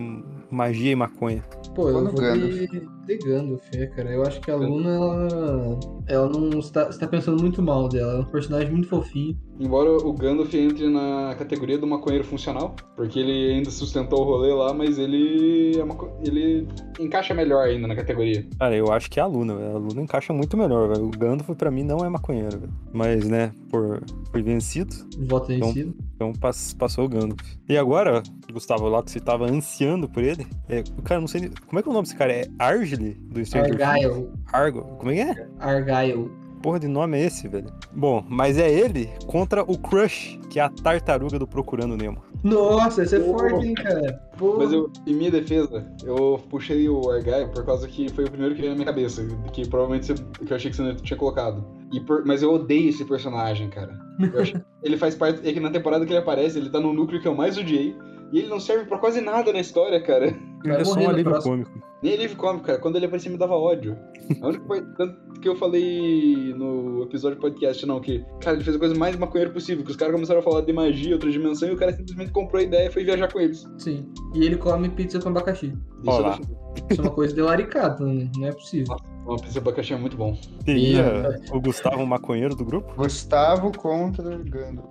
Speaker 1: magia e maconha?
Speaker 2: Pô,
Speaker 5: Ou
Speaker 2: eu
Speaker 5: no
Speaker 2: vou
Speaker 5: Gandalf.
Speaker 2: de, de Gandalf, é, cara. Eu acho que a Luna, ela, ela não está, está pensando muito mal dela. Ela é um personagem muito fofinho.
Speaker 4: Embora o Gandalf entre na categoria do maconheiro funcional, porque ele ainda sustentou o rolê lá, mas ele é maco- ele encaixa melhor ainda na categoria.
Speaker 1: Cara, eu acho que é a Luna, velho. A Luna encaixa muito melhor, velho. O Gandalf, pra mim, não é maconheiro, velho. Mas, né, por, por vencido,
Speaker 2: Voto vencido.
Speaker 1: então pass- passou o Gandalf. E agora, Gustavo, lá que você tava ansiando por ele, é, o cara, não sei... nem- Como é que é o nome desse cara? É Argile? Do Stranger Things?
Speaker 2: Argyle.
Speaker 1: Argo? Como é que é?
Speaker 2: Argyle.
Speaker 1: Porra de nome é esse, velho? Bom, mas é ele contra o Crush, que é a tartaruga do Procurando Nemo.
Speaker 2: Nossa, esse é
Speaker 4: Pô.
Speaker 2: forte, hein, cara. Pô.
Speaker 4: Mas eu, em minha defesa, eu puxei o Argyle por causa que foi o primeiro que veio na minha cabeça, que provavelmente você- que eu achei que você não tinha colocado. E por- mas eu odeio esse personagem, cara. Eu achei- ele faz parte. É que na temporada que ele aparece, ele tá no núcleo que eu mais odiei. E ele não serve pra quase nada na história, cara.
Speaker 1: Ele é só
Speaker 2: morrer
Speaker 1: um
Speaker 2: no
Speaker 1: alívio
Speaker 2: próximo.
Speaker 1: cômico.
Speaker 4: Nem livro cômico, cara. Quando ele aparecia, me dava ódio. A única coisa tanto que eu falei no episódio do podcast, não, que, cara, ele fez a coisa mais maconheira possível, que os caras começaram a falar de magia, outra dimensão, e o cara simplesmente comprou a ideia e foi viajar com eles. Isso
Speaker 2: Sim. E ele come pizza com abacaxi.
Speaker 4: eu
Speaker 1: Olá.
Speaker 4: defendo.
Speaker 2: Isso é uma coisa de laricado, né? Não é possível.
Speaker 4: Uma pizza de abacaxi é muito bom.
Speaker 1: Seria o Gustavo um maconheiro do grupo?
Speaker 5: Gustavo contra o Gandalf.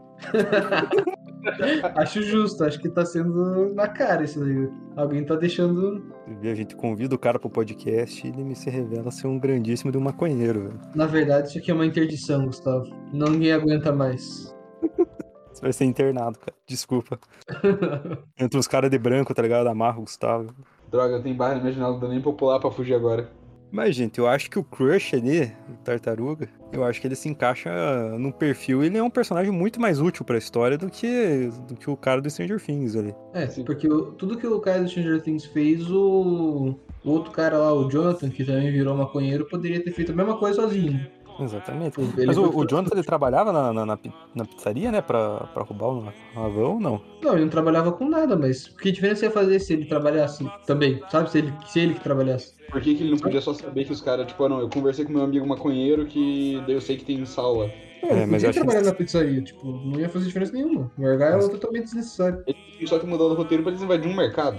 Speaker 2: Acho justo, acho que tá sendo na cara isso daí. Alguém tá deixando.
Speaker 1: E A gente convida o cara pro podcast e ele me se revela ser um grandíssimo de um maconheiro, velho.
Speaker 2: Na verdade, isso aqui é uma interdição, Gustavo. Não ninguém aguenta mais.
Speaker 1: Você vai ser internado, cara. Desculpa. Entre os caras de branco, tá ligado? Amarra o Gustavo.
Speaker 4: Droga, tem barra na minha janela, não dá nem pra pular pra fugir agora.
Speaker 1: Mas, gente, eu acho que o Crush ali, o Tartaruga, eu acho que ele se encaixa num perfil. Ele é um personagem muito mais útil pra história do que, do que o cara do Stranger Things ali.
Speaker 2: É,
Speaker 4: Sim.
Speaker 2: porque o- tudo que o cara do Stranger Things fez, o, o outro cara lá, o Jonathan, que também virou maconheiro, poderia ter feito a mesma coisa sozinho.
Speaker 1: Exatamente.
Speaker 2: Ele
Speaker 1: Mas o,
Speaker 2: foi-
Speaker 1: o Jonathan ele trabalhava na, na, na pi- na pizzaria, né? Pra, pra roubar o Ravão, não.
Speaker 2: Não, ele não trabalhava com nada, mas que diferença ia fazer se ele trabalhasse também? Sabe, se ele, se ele que trabalhasse?
Speaker 4: Por que, que ele não podia só saber que os caras, tipo, ah não, eu conversei com meu amigo maconheiro que daí eu sei que tem sal lá.
Speaker 2: Não,
Speaker 1: É,
Speaker 2: ele
Speaker 1: mas
Speaker 2: podia
Speaker 1: acho que-
Speaker 2: trabalhar na pizzaria, tipo, não ia fazer diferença nenhuma. Largar era totalmente desnecessário.
Speaker 4: E Só que mudando o roteiro pra eles invadirem um mercado.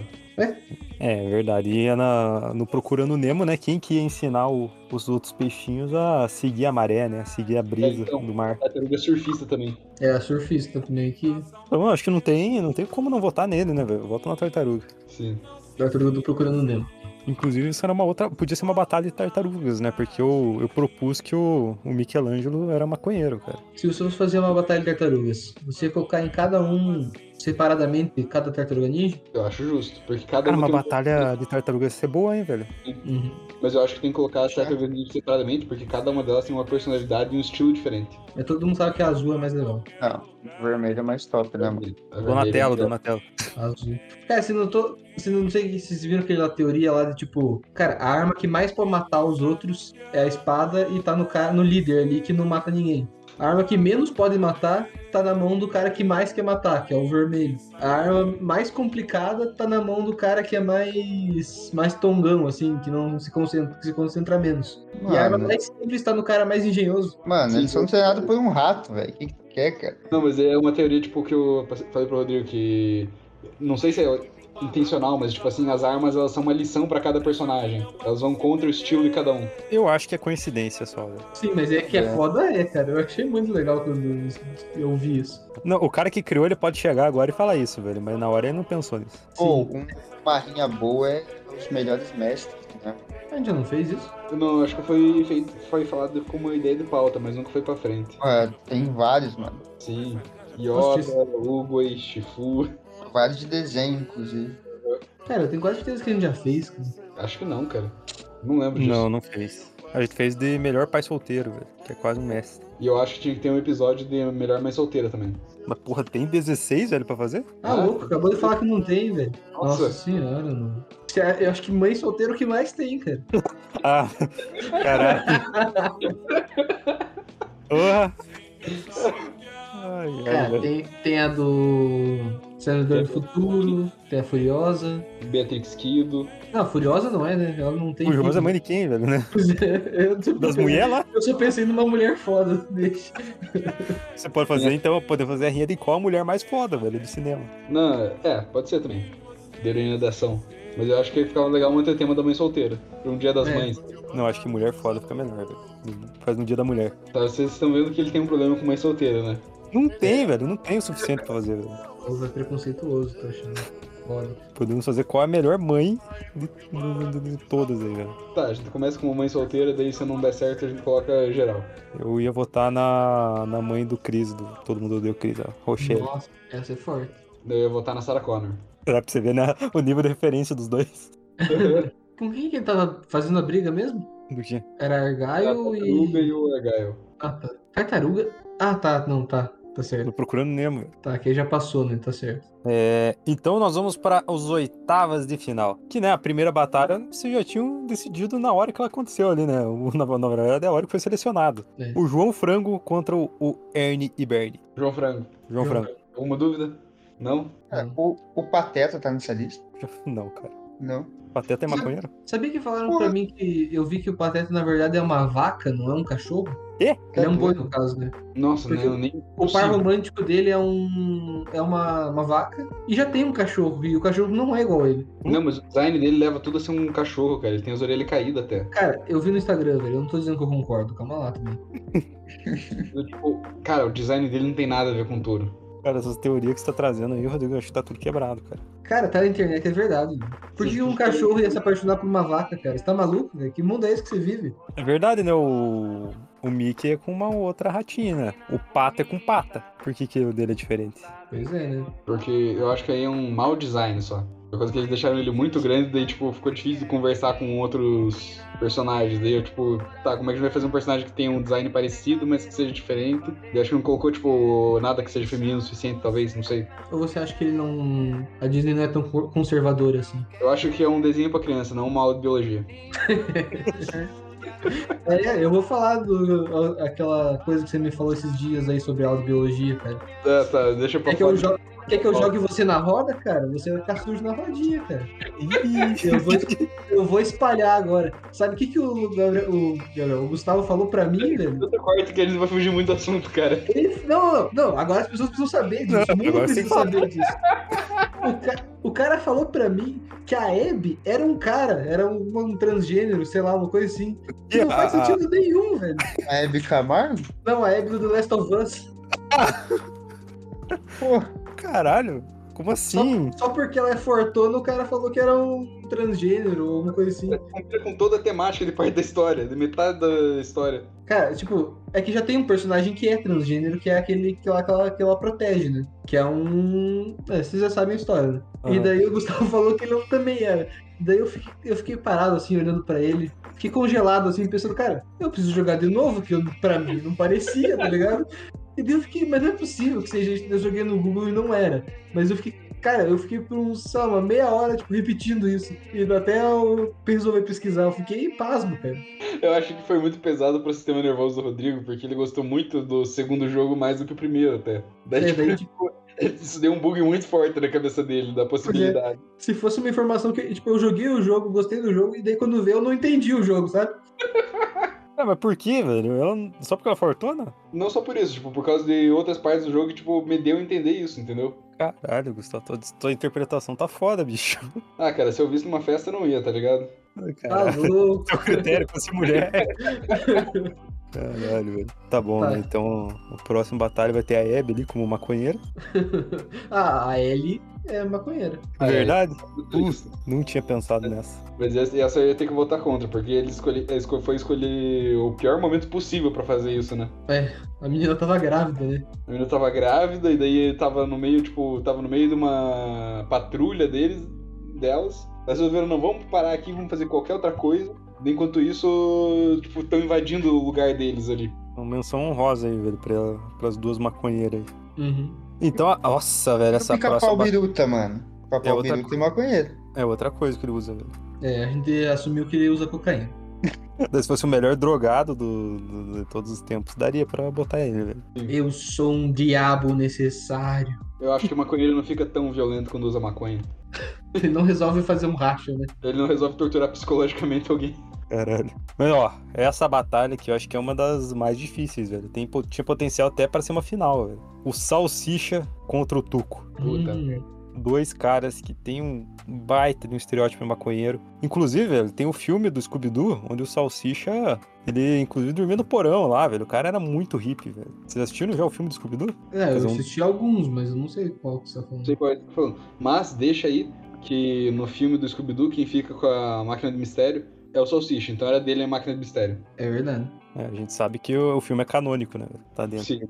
Speaker 1: É, verdade. E é na, no Procurando o Nemo, né? Quem que ia ensinar o- os outros peixinhos a seguir a maré, né? A seguir a brisa
Speaker 4: É, então.
Speaker 1: do mar.
Speaker 4: Tartaruga surfista também.
Speaker 2: É, a surfista também que.
Speaker 1: Então, eu acho que não tem, não tem como não votar nele, né, velho? Vota na tartaruga.
Speaker 4: Sim.
Speaker 2: Tartaruga do Procurando Nemo.
Speaker 1: Inclusive, isso era uma outra. Podia ser uma batalha de tartarugas, né? Porque eu, eu propus que o, o Michelangelo era maconheiro, cara.
Speaker 2: Se você fosse fazer uma batalha de tartarugas, você colocar em cada um separadamente cada tartaruga ninja?
Speaker 4: Eu acho justo. Porque cada
Speaker 1: Cara,
Speaker 4: um
Speaker 1: uma
Speaker 4: tem um-
Speaker 1: batalha de tartarugas ia ser boa, hein, velho?
Speaker 4: Mas eu acho que tem que colocar as tartarugas ninja separadamente, porque cada uma delas tem uma personalidade e um estilo diferente.
Speaker 2: É todo mundo sabe que a azul é mais legal.
Speaker 5: Não, vermelho é mais top, né? mano?
Speaker 4: A
Speaker 1: Donatello,
Speaker 4: vermelha-
Speaker 1: Donatello.
Speaker 2: A Azul. Cara, você É, não tô. Você não sei se vocês viram aquela teoria lá de tipo, cara, a arma que mais pode matar os outros é a espada e tá no cara no líder ali que não mata ninguém. A arma que menos pode matar tá na mão do cara que mais quer matar, que é o vermelho. A arma mais complicada tá na mão do cara que é mais mais tongão assim, que não se concentra, que se concentra menos. E a arma
Speaker 5: Mano,
Speaker 2: mais simples tá no cara mais engenhoso.
Speaker 5: mano,
Speaker 4: Sim.
Speaker 5: eles são treinados por um rato, velho. O que que tu quer, cara?
Speaker 4: Não, mas é uma teoria, tipo, que eu passe- falei pro Rodrigo que. Não sei se é intencional, mas, tipo assim, as armas elas são uma lição pra cada personagem. Elas vão contra o estilo de cada um.
Speaker 1: Eu acho que é coincidência só, velho.
Speaker 2: Sim, mas é que é,
Speaker 5: É.
Speaker 2: foda, é, cara. Eu achei muito legal quando eu vi isso.
Speaker 1: Não, o cara que criou, ele pode chegar agora e falar isso, velho. Mas na hora ele não pensou nisso.
Speaker 5: Pô, um- uma rinha boa é um dos melhores mestres, né?
Speaker 2: A gente já não fez isso?
Speaker 4: Não, acho que foi, feito, foi falado como uma ideia de pauta, mas nunca foi pra frente.
Speaker 5: Mano, É, tem vários, mano.
Speaker 4: Sim. Yoda,
Speaker 2: Justiça.
Speaker 4: Uguay, Shifu.
Speaker 5: Vários de desenho, inclusive.
Speaker 2: Cara, eu tenho quase certeza que a gente já fez. cara.
Speaker 4: Acho que não, cara. Não lembro disso.
Speaker 1: Não, não fez. A gente fez de melhor pai solteiro, velho. Que é quase um mestre.
Speaker 4: E eu acho que tinha que ter um episódio de Melhor Mais Solteira também.
Speaker 1: Mas porra, tem 16, velho, pra fazer?
Speaker 2: Ah,
Speaker 4: Ah.
Speaker 2: louco, acabou de falar que não tem, velho. Nossa,
Speaker 4: Nossa.
Speaker 2: senhora, mano. Isso é- Eu acho que mãe solteiro que mais tem, cara.
Speaker 1: Ah, caralho. Porra. Ai, ai,
Speaker 2: Cara,
Speaker 1: velho.
Speaker 2: tem, tem a do Senador do Futuro, tem a Furiosa.
Speaker 4: Beatrix Kido.
Speaker 2: Não, a Furiosa não é, né? Ela não tem.
Speaker 1: O João é
Speaker 2: filho.
Speaker 1: manequim, velho, né?
Speaker 2: Pois é, eu tô
Speaker 1: Das
Speaker 2: pensando-
Speaker 1: mulheres lá.
Speaker 2: Eu só pensei numa mulher foda. deixa.
Speaker 1: Você pode
Speaker 2: É.
Speaker 1: fazer, então, poder fazer a rinha de qual a mulher mais foda, velho, do cinema.
Speaker 4: Não, é, pode ser também. De heroína da ação. Mas eu acho que ficava legal manter o tema da mãe solteira. Pra um dia das
Speaker 2: É.
Speaker 4: mães.
Speaker 1: Não, acho que mulher foda fica melhor, velho. Faz no dia da mulher.
Speaker 4: Tá, vocês estão vendo que ele tem um problema com mãe solteira, né?
Speaker 1: Não
Speaker 2: É.
Speaker 1: tem, velho. Não tem o suficiente pra fazer, velho.
Speaker 2: Ovo é preconceituoso, tô achando. Foda.
Speaker 1: Podemos fazer qual é a melhor mãe de, de- de- de todas aí, velho.
Speaker 4: Tá, a gente começa com uma mãe solteira, daí se não der certo a gente coloca geral.
Speaker 1: Eu ia votar na, na mãe do Cris, do Todo Mundo Odeia o Cris, a Rochelle.
Speaker 2: Nossa, essa é forte.
Speaker 4: Daí eu ia votar na Sarah Connor.
Speaker 1: Dá pra você ver né, o nível de referência dos dois.
Speaker 2: Com quem que ele tava fazendo a briga mesmo?
Speaker 1: Do que?
Speaker 2: Era Argyle
Speaker 4: Tartaruga
Speaker 2: e.
Speaker 4: e o Argyle.
Speaker 2: Ah, tá. Tartaruga? Ah, tá, não, tá. Tá certo.
Speaker 1: Tô procurando Nemo, velho.
Speaker 2: Tá, que aí já passou, né? Tá certo.
Speaker 1: É, então nós vamos para os oitavas de final. Que, né, a primeira batalha vocês já tinham decidido na hora que ela aconteceu ali, né? O- Na, na verdade, é a hora que foi selecionado.
Speaker 2: É.
Speaker 1: O João Frango contra o, o Ernie e Bernie.
Speaker 4: João Frango.
Speaker 1: João
Speaker 2: João
Speaker 1: Frango.
Speaker 4: Alguma dúvida? Não?
Speaker 5: É,
Speaker 2: Não.
Speaker 5: o, o Pateta tá nessa lista?
Speaker 1: Não, cara.
Speaker 5: Não.
Speaker 1: Pateta é maconheiro?
Speaker 2: Sabia que falaram
Speaker 5: Porra.
Speaker 2: pra mim que eu vi que o Pateta na verdade é uma vaca, não é um cachorro? Ele é
Speaker 5: Tá
Speaker 2: um boi, no caso, né?
Speaker 4: Nossa,
Speaker 2: Porque
Speaker 4: não, nem.
Speaker 2: O par
Speaker 4: possível.
Speaker 2: romântico dele é um. é uma, uma vaca e já tem um cachorro. E o cachorro não é igual a ele.
Speaker 4: Não, mas o design dele leva tudo a ser um cachorro, cara. Ele tem as orelhas caídas até.
Speaker 2: Cara, eu vi no Instagram, velho. Eu não tô dizendo que eu concordo, calma lá também.
Speaker 4: Eu, tipo, cara, o design dele não tem nada a ver com o touro.
Speaker 1: Cara, essas teorias que você tá trazendo aí, Rodrigo, eu acho que tá tudo quebrado, cara.
Speaker 2: Cara, tá na internet, é verdade. velho. Por que um cachorro ia se apaixonar por uma vaca, cara? Você tá maluco, velho? Que mundo é esse que você vive?
Speaker 1: É verdade, né? O, o Mickey é com uma outra ratinha, né? O Pato é com pata. Por que, que o dele é diferente?
Speaker 2: Pois é, né?
Speaker 4: Porque eu acho que aí é um mau design só. Por causa que eles deixaram ele muito grande, daí, tipo, ficou difícil de conversar com outros personagens. Daí eu, tipo, tá, como é que a gente vai fazer um personagem que tenha um design parecido, mas que seja diferente? E acho que não colocou, tipo, nada que seja feminino o suficiente, talvez, não sei.
Speaker 2: Ou você acha que ele não. A Disney não é tão conservadora assim?
Speaker 4: Eu acho que é um desenho pra criança, não uma aula de biologia.
Speaker 2: É, eu vou falar do aquela coisa que você me falou esses dias aí sobre aula de biologia, cara.
Speaker 4: Tá, tá, deixa eu
Speaker 2: Quer que eu, jogue, quer que eu jogue você na roda, cara? Você vai ficar sujo na rodinha, cara. Ih, eu, vou, eu vou espalhar agora. Sabe o que, que o, Gabriel- o, Gabriel- o Gustavo falou pra mim, velho?
Speaker 4: Eu corto que eles vão fugir muito do assunto, cara.
Speaker 2: Ele- não, não, não, agora as pessoas precisam saber disso.
Speaker 1: Não,
Speaker 2: o mundo
Speaker 1: agora
Speaker 2: precisa
Speaker 1: sim.
Speaker 2: saber disso. O, ca- o cara falou pra mim que a Abby era um cara, era um, um transgênero, sei lá, uma coisa assim. Que não faz
Speaker 1: Ah,
Speaker 2: sentido nenhum, velho.
Speaker 5: A É Hebe Camargo?
Speaker 2: Não, a Abby do The Last of Us.
Speaker 5: Pô,
Speaker 1: Caralho, como assim?
Speaker 2: Só porque ela é fortuna, o cara falou que era um transgênero ou alguma coisa assim.
Speaker 4: Cumprir com toda a temática de parte da história, de metade da história.
Speaker 2: Cara, tipo, é que já tem um personagem que é transgênero, que é aquele que ela, que ela, que ela protege, né? Que é um. É, vocês já sabem a história, né? E
Speaker 1: Aham.
Speaker 2: daí o Gustavo falou que ele também era. Daí eu fiquei, eu fiquei parado, assim, olhando pra ele. Fiquei congelado, assim, pensando, cara, eu preciso jogar de novo, que eu, pra mim não parecia, tá ligado? E daí eu fiquei, mas não é possível que seja isso. Eu joguei no Google e não era. Mas eu fiquei, cara, eu fiquei por uns, sei lá, uma meia hora, tipo, repetindo isso. E até eu resolver pesquisar, eu fiquei pasmo, cara.
Speaker 4: Eu acho que foi muito pesado pro sistema nervoso do Rodrigo, porque ele gostou muito do segundo jogo mais do que o primeiro até. Daí,
Speaker 2: É,
Speaker 4: tipo,
Speaker 2: daí, tipo,
Speaker 4: isso deu um bug muito forte na cabeça dele, da possibilidade.
Speaker 2: se fosse uma informação que, tipo, eu joguei o jogo, gostei do jogo, e daí quando vê eu não entendi o jogo, sabe?
Speaker 1: Ah, mas por que, velho? Ela- Só porque ela é fortuna?
Speaker 4: Não só por isso, tipo, por causa de outras partes do jogo que, tipo, me deu a entender isso, entendeu?
Speaker 1: Caralho, Gustavo, tua, tua interpretação tá foda, bicho.
Speaker 4: Ah, cara, se eu visse numa festa, eu não ia, tá ligado?
Speaker 1: Ai,
Speaker 2: Tá
Speaker 1: Caralho,
Speaker 2: louco.
Speaker 1: o critério pra ser mulher. Caralho, velho. Tá bom,
Speaker 2: Tá.
Speaker 1: né? Então, o próximo batalha vai ter a Hebe ali como maconheira.
Speaker 2: ah, a Ellie é maconheira.
Speaker 4: Ah, é.
Speaker 1: Verdade?
Speaker 4: Isso.
Speaker 1: Não tinha pensado nessa.
Speaker 4: Mas essa, essa eu ia ter que votar contra, porque ele escolhe, ele esco- foi escolher o pior momento possível pra fazer isso, né?
Speaker 2: A menina tava grávida, né?
Speaker 4: A menina tava grávida e daí ele tava no meio, tipo, tava no meio de uma patrulha deles, delas. Aí eles resolveram, não, vamos parar aqui, vamos fazer qualquer outra coisa. Enquanto isso, tipo, estão invadindo o lugar deles ali.
Speaker 1: Uma menção honrosa aí, velho, pra, pras duas maconheiras aí.
Speaker 2: Uhum.
Speaker 1: Então, a- nossa, velho, essa
Speaker 5: pica-pau
Speaker 1: próxima ba-
Speaker 5: biruta, mano.
Speaker 1: É
Speaker 5: Pica-pau
Speaker 1: outra
Speaker 5: biruta e maconheiro.
Speaker 1: é outra coisa que ele usa, velho.
Speaker 2: É, a gente assumiu que ele usa cocaína.
Speaker 1: Se fosse o melhor drogado do, do- de todos os tempos, daria pra botar ele, velho.
Speaker 2: Eu sou um diabo necessário.
Speaker 4: Eu acho que o maconheiro não fica tão violento quando usa maconha.
Speaker 2: Ele não resolve fazer um racha, né?
Speaker 4: Ele não resolve torturar psicologicamente alguém.
Speaker 1: Caralho. Mas, ó, essa batalha aqui eu acho que é uma das mais difíceis, velho. Tem, po- tinha potencial até pra ser uma final, velho. O Salsicha contra o Tuco.
Speaker 4: Puta
Speaker 2: Hum,
Speaker 1: Dois caras que tem um baita de um estereótipo maconheiro. Inclusive, velho, tem o filme do Scooby-Doo, onde o Salsicha, ele inclusive dormia no porão lá, velho. O cara era muito hippie, velho. Vocês assistiram já o filme do Scooby-Doo?
Speaker 2: é, eu
Speaker 1: Fazer um-
Speaker 2: assisti alguns, mas eu não sei qual que você tá
Speaker 4: Não
Speaker 2: falando.
Speaker 4: sei qual é que eu tô falando. Mas deixa aí que no filme do Scooby-Doo, quem fica com a máquina de mistério é o Salsicha. Então era dele a máquina de mistério.
Speaker 2: É verdade.
Speaker 1: É, a gente sabe que o, o filme é canônico, né? velho? Tá dentro.
Speaker 4: Sim.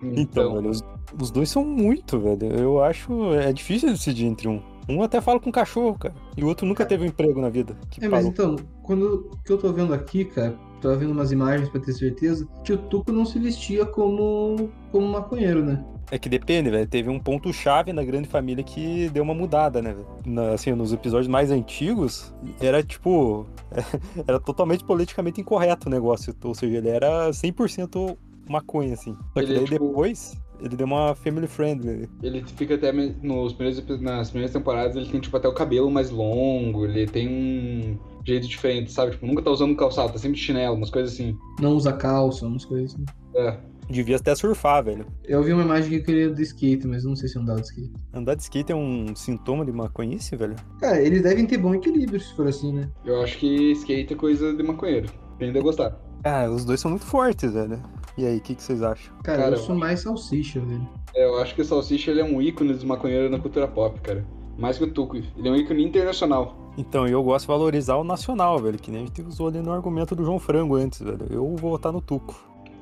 Speaker 1: Então,
Speaker 4: Então,
Speaker 1: velho, os, os dois são muito, velho. Eu acho. É difícil decidir entre um. Um até fala com cachorro, cara. E o outro nunca teve um emprego na vida. Que
Speaker 2: É, mas
Speaker 1: parou.
Speaker 2: então, quando o que eu tô vendo aqui, cara, tô vendo umas imagens pra ter certeza, que o Tuco não se vestia como, como maconheiro, né?
Speaker 1: É que depende, velho. Teve um ponto-chave na grande família que deu uma mudada, né, velho? Na- Assim, nos episódios mais antigos, era tipo. era totalmente politicamente incorreto o negócio. Ou seja, ele era 100% maconha, assim. Só que
Speaker 4: Ele é,
Speaker 1: daí
Speaker 4: tipo-
Speaker 1: depois. Ele deu uma family friendly.
Speaker 4: ele fica até me- nos primeiros, epi- nas primeiras temporadas, ele tem tipo até o cabelo mais longo, ele tem um jeito diferente, sabe? Tipo, nunca tá usando calçado, tá sempre de chinelo, umas coisas assim.
Speaker 2: Não usa calça, umas coisas assim.
Speaker 4: É.
Speaker 1: Devia até surfar, velho.
Speaker 2: Eu vi uma imagem que eu queria do skate, mas eu não sei se é um dado skate.
Speaker 1: Andar de skate é um sintoma de maconhice, velho?
Speaker 2: Cara, eles devem ter bom equilíbrio se for assim, né?
Speaker 4: Eu acho que skate é coisa de maconheiro. Tende a gostar.
Speaker 1: Cara, os dois são muito fortes, velho. E aí, o que, que vocês acham?
Speaker 2: Cara,
Speaker 4: Cara,
Speaker 2: eu sou mais salsicha, velho.
Speaker 4: É, eu acho que o Salsicha ele é um ícone dos maconheiros na cultura pop, cara. Mais que o Tuco. Ele é um ícone internacional.
Speaker 1: Então, eu gosto de valorizar o nacional, velho, que nem a gente usou ali no argumento do João Frango antes, velho. Eu vou votar no Tuco.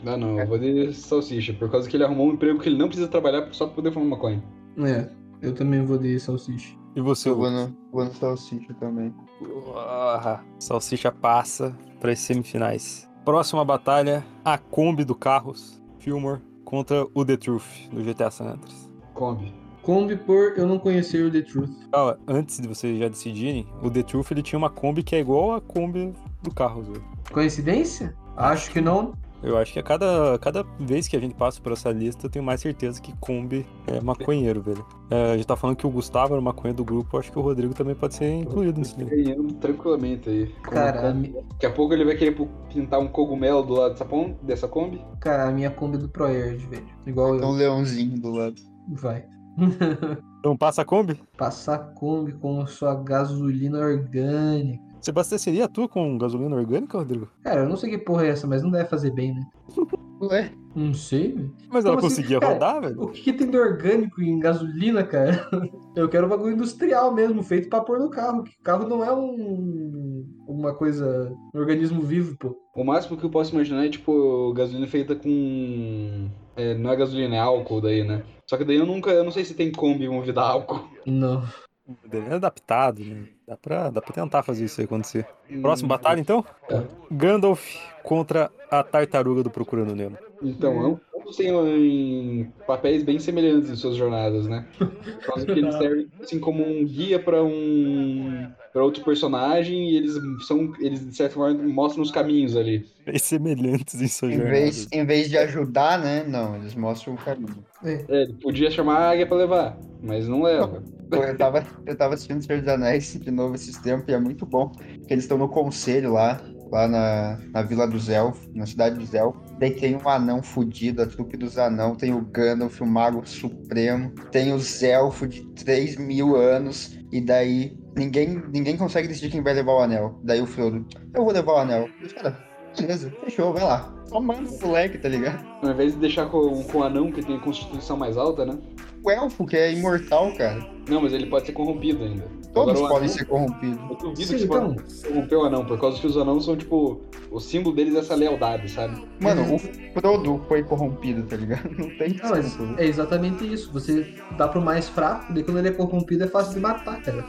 Speaker 4: Ah, não, eu vou de salsicha, por causa que ele arrumou um emprego que ele não precisa trabalhar só pra poder fumar maconha.
Speaker 2: É, eu também vou de salsicha.
Speaker 1: E você,
Speaker 5: Eu vou
Speaker 1: Lucas?
Speaker 5: no, vou no salsicha também.
Speaker 1: Porra, Salsicha passa para as semifinais. Próxima batalha, a Kombi do Carros, Fillmore, contra o The Truth, do GTA San Andreas.
Speaker 4: Kombi.
Speaker 2: Kombi por eu não conhecer o The Truth.
Speaker 1: Ah, antes de vocês já decidirem, o The Truth ele tinha uma Kombi que é igual a Kombi do Carros. velho.
Speaker 2: Coincidência? Acho que não.
Speaker 1: Eu acho que a cada, cada vez que a gente passa por essa lista, eu tenho mais certeza que Kombi é maconheiro, velho. É, a gente tá falando que o Gustavo era o maconheiro do grupo, eu acho que o Rodrigo também pode ser incluído nisso. livro.
Speaker 4: Ganhando tranquilamente aí. Como
Speaker 2: Cara, a
Speaker 4: Kombi.
Speaker 2: mi-
Speaker 4: Daqui a pouco ele vai querer pu- pintar um cogumelo do lado dessa, pom- dessa Kombi.
Speaker 2: cara, a minha Kombi é do ProErd, velho. Igual
Speaker 5: Tem um
Speaker 2: eu.
Speaker 5: leãozinho do lado.
Speaker 2: Vai.
Speaker 1: Então passa a Kombi?
Speaker 2: Passar Kombi com sua gasolina orgânica.
Speaker 1: Você abasteceria tu com gasolina orgânica, Rodrigo?
Speaker 2: Cara, eu não sei que porra é essa, mas não deve fazer bem, né?
Speaker 5: Ué?
Speaker 2: Não sei, velho.
Speaker 1: Mas ela
Speaker 2: Como assim,
Speaker 1: conseguia
Speaker 2: cara?
Speaker 1: rodar, velho?
Speaker 2: O que, que tem de orgânico em gasolina, cara? Eu quero um bagulho industrial mesmo, feito pra pôr no carro. Que carro não é um. uma coisa. um organismo vivo, pô.
Speaker 4: O máximo que eu posso imaginar é, tipo, gasolina feita com. é, não é gasolina, é álcool daí, né? Só que daí eu nunca. Eu não sei se tem Kombi movida a álcool.
Speaker 2: Não.
Speaker 1: Ele é adaptado, né? Dá pra, dá pra tentar fazer isso aí acontecer. Próxima batalha, então?
Speaker 2: Tá.
Speaker 4: É.
Speaker 1: Gandalf contra a tartaruga do Procurando Nemo.
Speaker 4: Então, ambos- ambos têm em papéis bem semelhantes em suas jornadas, né? Por causa que eles servem assim como um guia pra um para outro personagem e eles são eles de certa forma mostram os caminhos ali.
Speaker 1: Bem semelhantes em sua
Speaker 5: Em
Speaker 1: jornada.
Speaker 5: vez, em vez de ajudar, né? Não, eles mostram o caminho.
Speaker 4: É, ele podia chamar a águia pra levar, mas não leva.
Speaker 5: Pô, Eu tava, eu tava assistindo Senhor dos Anéis de novo esses tempos e é muito bom. Porque eles estão no conselho lá, lá na, na Vila dos Elfos, na cidade dos Elfos. Daí tem um anão fudido, a trupe dos anão, tem o Gandalf, o Mago Supremo, tem os elfos de 3 mil anos, e daí ninguém, ninguém consegue decidir quem vai levar o anel. Daí o Frodo, eu vou levar o anel. E os caras, beleza, fechou, vai lá. Só manda o moleque, tá ligado?
Speaker 4: Ao invés de deixar com, com o anão que tem a constituição mais alta, né?
Speaker 5: O elfo, que é imortal, cara.
Speaker 4: Não, mas ele pode ser corrompido ainda.
Speaker 5: Todos
Speaker 4: Agora, o
Speaker 5: podem
Speaker 4: anão-
Speaker 5: ser corrompidos.
Speaker 4: Eu duvido
Speaker 2: Sim,
Speaker 4: que você
Speaker 2: então.
Speaker 4: pode corromper o anão, por causa que os anãos são, tipo, o símbolo deles é essa lealdade, sabe?
Speaker 5: Mano, o Frodo foi corrompido, tá ligado? Não tem
Speaker 2: Não, mas
Speaker 5: desculpa.
Speaker 2: é exatamente isso. Você dá pro mais fraco, daí quando ele é corrompido é fácil de matar, cara.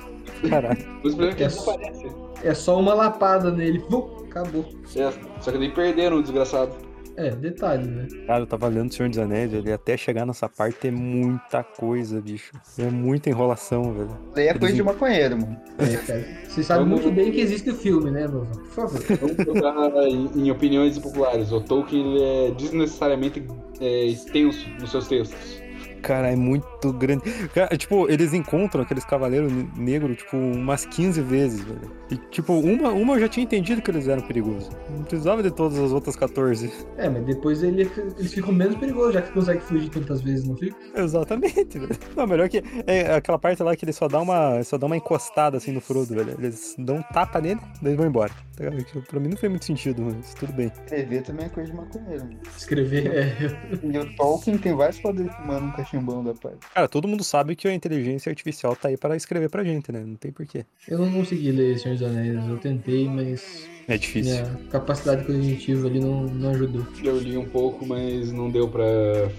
Speaker 1: Caraca.
Speaker 4: Mas o problema é que
Speaker 2: É
Speaker 4: eles não
Speaker 2: só-
Speaker 4: aparecem.
Speaker 2: É só uma lapada nele. Pum, acabou.
Speaker 4: É, só que daí perderam o desgraçado.
Speaker 2: É, detalhe, né?
Speaker 1: Cara, eu tava lendo o Senhor dos Anéis, velho. E até chegar nessa parte é muita coisa, bicho. É muita enrolação, velho.
Speaker 5: Daí é coisa de maconheiro, mano.
Speaker 2: É, cara. Você sabe
Speaker 4: Vamos-
Speaker 2: muito bem que existe o filme, né, Nova? Por favor.
Speaker 4: Vamos colocar em, em opiniões populares. O Tolkien ele é desnecessariamente é, extenso nos seus textos.
Speaker 1: Cara, é muito grande. Cara, tipo, eles encontram aqueles cavaleiros ne- negros, tipo, umas 15 vezes, velho. E, tipo, uma, uma eu já tinha entendido que eles eram perigosos. Não precisava de todas as outras 14.
Speaker 2: É, mas depois ele, eles ficam menos perigosos, já que consegue fugir tantas vezes, não fica?
Speaker 1: Exatamente, velho. Não, melhor que. É aquela parte lá que ele só dá uma, só dá uma encostada assim no Frodo, velho. Eles dão um tapa nele, daí vão embora. Tá ligado? Tipo, Pra mim não fez muito sentido, mas tudo bem.
Speaker 5: Escrever também é coisa de maconheiro, mano.
Speaker 2: Escrever é.
Speaker 5: E o Tolkien tem vários poderes fumando um cachimbão da paz.
Speaker 1: Cara, todo mundo sabe que a inteligência artificial tá aí pra escrever pra gente, né? Não tem porquê.
Speaker 2: Eu não consegui ler Senhor dos Anéis, eu tentei, mas
Speaker 1: É difícil.
Speaker 2: minha capacidade cognitiva ali não, não ajudou.
Speaker 4: Eu li um pouco, mas não deu pra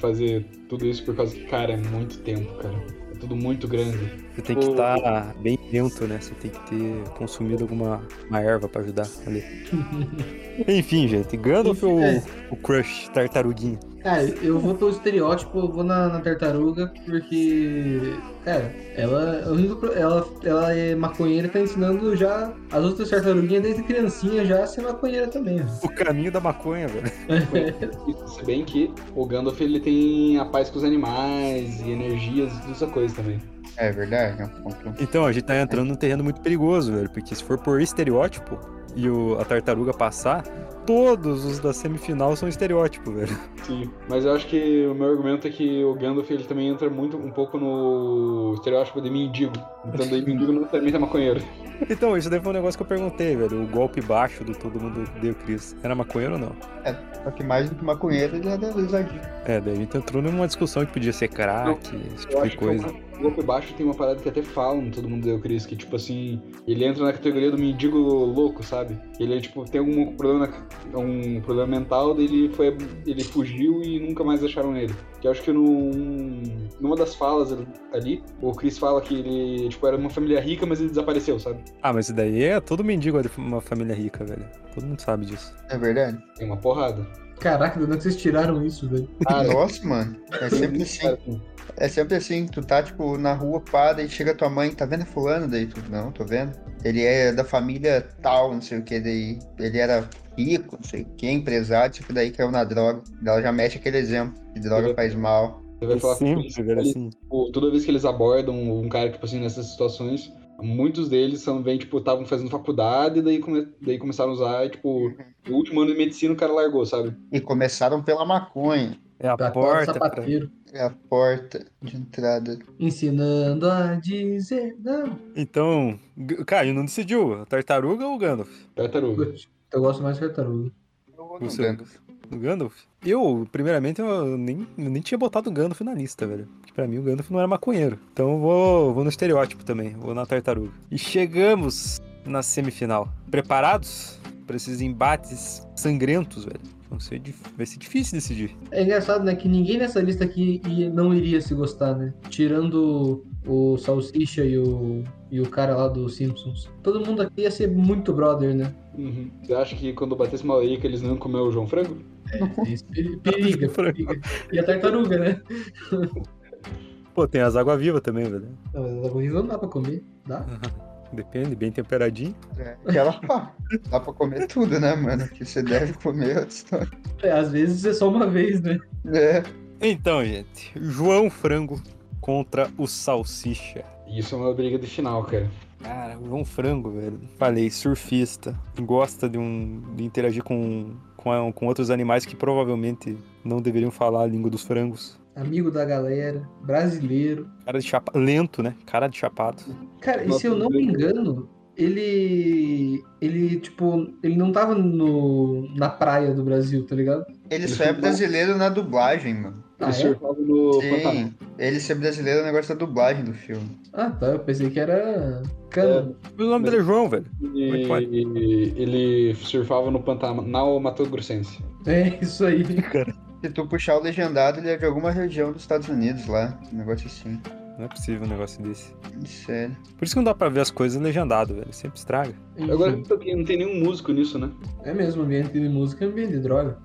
Speaker 4: fazer tudo isso por causa que, cara, é muito tempo, cara. É tudo muito grande.
Speaker 1: Você tem que estar bem lento, né? Você tem que ter consumido alguma uma erva pra ajudar ali. Enfim, gente. Gandalf ou o Crush, tartaruguinha?
Speaker 2: Cara, eu vou pelo estereótipo, eu vou na, na tartaruga, porque. Cara, ela, a única pro- ela, ela é maconheira e tá ensinando já as outras tartaruguinhas desde criancinha já a ser maconheira também. né? ó.
Speaker 1: O caminho da maconha, velho.
Speaker 4: Se bem que o Gandalf ele tem a paz com os animais e energias e toda essa coisa também.
Speaker 5: É verdade, é um ponto.
Speaker 1: Então, a gente tá entrando num terreno muito perigoso, velho. Porque se for por estereótipo e o- a tartaruga passar, todos os da semifinal são estereótipo, velho.
Speaker 4: Sim, mas eu acho que o meu argumento é que o Gandalf ele também entra muito um pouco no estereótipo de mendigo. Então daí mendigo não também tá maconheiro.
Speaker 1: Então, isso daí foi um negócio que eu perguntei, velho. O golpe baixo do Todo Mundo Deu Cris. Era maconheiro ou não?
Speaker 5: Só que mais do que maconheiro, ele é da risadinha.
Speaker 1: É, daí a gente entrou numa discussão que podia ser crack, esse
Speaker 4: Eu
Speaker 1: tipo de
Speaker 4: acho que
Speaker 1: coisa.
Speaker 4: o golpe baixo tem uma parada que até falam, todo mundo deu Chris, que tipo assim, ele entra na categoria do mendigo louco, sabe? Ele é, tipo, tem algum problema, na- um problema mental, daí ele foi ele fugiu e nunca mais acharam ele. Que eu acho que num, numa das falas ali, o Chris fala que ele, tipo, era uma família rica, mas ele desapareceu, sabe?
Speaker 1: Ah, mas isso daí é todo mendigo de uma família rica, velho. Todo mundo sabe disso.
Speaker 5: É verdade?
Speaker 4: Tem uma porrada.
Speaker 2: Caraca, de onde é que vocês tiraram isso, velho?
Speaker 5: Ah, nossa, mano. É sempre assim.
Speaker 4: Cara, assim,
Speaker 5: É sempre assim, tu tá, tipo, na rua, pá, daí chega tua mãe, tá vendo fulano? Daí tu, não, tô vendo. Ele é da família tal, não sei o que, daí ele era rico, não sei o que, empresário, isso que daí caiu na droga. Daí Ela já mexe aquele exemplo, que droga
Speaker 4: Eu-
Speaker 5: faz mal.
Speaker 4: Você vai falar com
Speaker 1: Sempre, velho,
Speaker 4: ele-
Speaker 1: assim.
Speaker 4: Tipo, toda vez que eles abordam um cara, tipo assim, nessas situações, muitos deles são bem, tipo, estavam fazendo faculdade e daí, come- daí começaram a usar, e, tipo, no último ano de medicina o cara largou, sabe?
Speaker 5: E começaram pela maconha,
Speaker 1: É a
Speaker 2: Pra
Speaker 1: porta. pra-
Speaker 2: sapateiro.
Speaker 5: é a porta de entrada.
Speaker 2: Ensinando a dizer não.
Speaker 1: Então, G- Caio, não decidiu. A tartaruga ou o Gandalf?
Speaker 4: Tartaruga.
Speaker 2: Eu gosto mais de tartaruga.
Speaker 1: O seu- Do Gandalf? Eu, primeiramente, eu nem, eu nem tinha botado o Gandalf na lista, velho. Porque pra mim o Gandalf não era maconheiro. Então eu vou, vou no estereótipo também, vou na tartaruga. E chegamos na semifinal. Preparados pra esses embates sangrentos, velho? Vão ser dif- vai ser difícil decidir.
Speaker 2: É engraçado, né? Que ninguém nessa lista aqui ia- não iria se gostar, né? Tirando o Salsicha e o, e o cara lá dos Simpsons. Todo mundo aqui ia ser muito brother, né?
Speaker 4: Uhum. Você acha que quando batesse uma lei que eles não iam comer o João Frango?
Speaker 2: Isso pe- Periga, periga. E a tartaruga, né?
Speaker 1: Pô, tem as água-viva também, velho.
Speaker 2: Não, mas a corrida não dá pra comer. Dá?
Speaker 1: Depende, bem temperadinho.
Speaker 5: É, que ela, pá, dá pra comer tudo, né, mano? O Que você deve comer é outra história.
Speaker 2: É, às vezes é só uma vez, né?
Speaker 5: É.
Speaker 1: Então, gente, João Frango contra o Salsicha.
Speaker 4: Isso é uma briga de final, cara.
Speaker 1: Cara, o João Frango, velho. Falei, surfista. Gosta de, um, de interagir com, com, a- com outros animais que provavelmente não deveriam falar a língua dos frangos.
Speaker 2: Amigo da galera, brasileiro.
Speaker 1: Cara de chapado. Lento, né? Cara de chapado.
Speaker 2: Cara, e se eu não me engano, ele. Ele, tipo, ele não tava no, na praia do Brasil, tá ligado?
Speaker 5: Ele só é brasileiro na dublagem, mano.
Speaker 2: Ah,
Speaker 4: Ele
Speaker 2: é?
Speaker 4: surfava no Pantanal.
Speaker 5: Sim, ele ser brasileiro é o negócio da dublagem do filme.
Speaker 2: ah tá. Eu pensei que era. Cano.
Speaker 1: O nome dele é João, velho.
Speaker 4: E
Speaker 1: Vai,
Speaker 4: ele surfava no Pantanal Mato Grossense.
Speaker 2: É, isso aí.
Speaker 5: Se tu puxar o legendado, ele é de alguma região dos Estados Unidos lá. Um negócio assim.
Speaker 1: Não é possível um negócio desse.
Speaker 5: Sério.
Speaker 1: Por isso que não dá pra ver as coisas legendado, velho. Sempre estraga.
Speaker 2: Enfim,
Speaker 4: Agora eu toquei, não tem nenhum músico nisso, né?
Speaker 2: É mesmo, ambiente de música é ambiente de droga.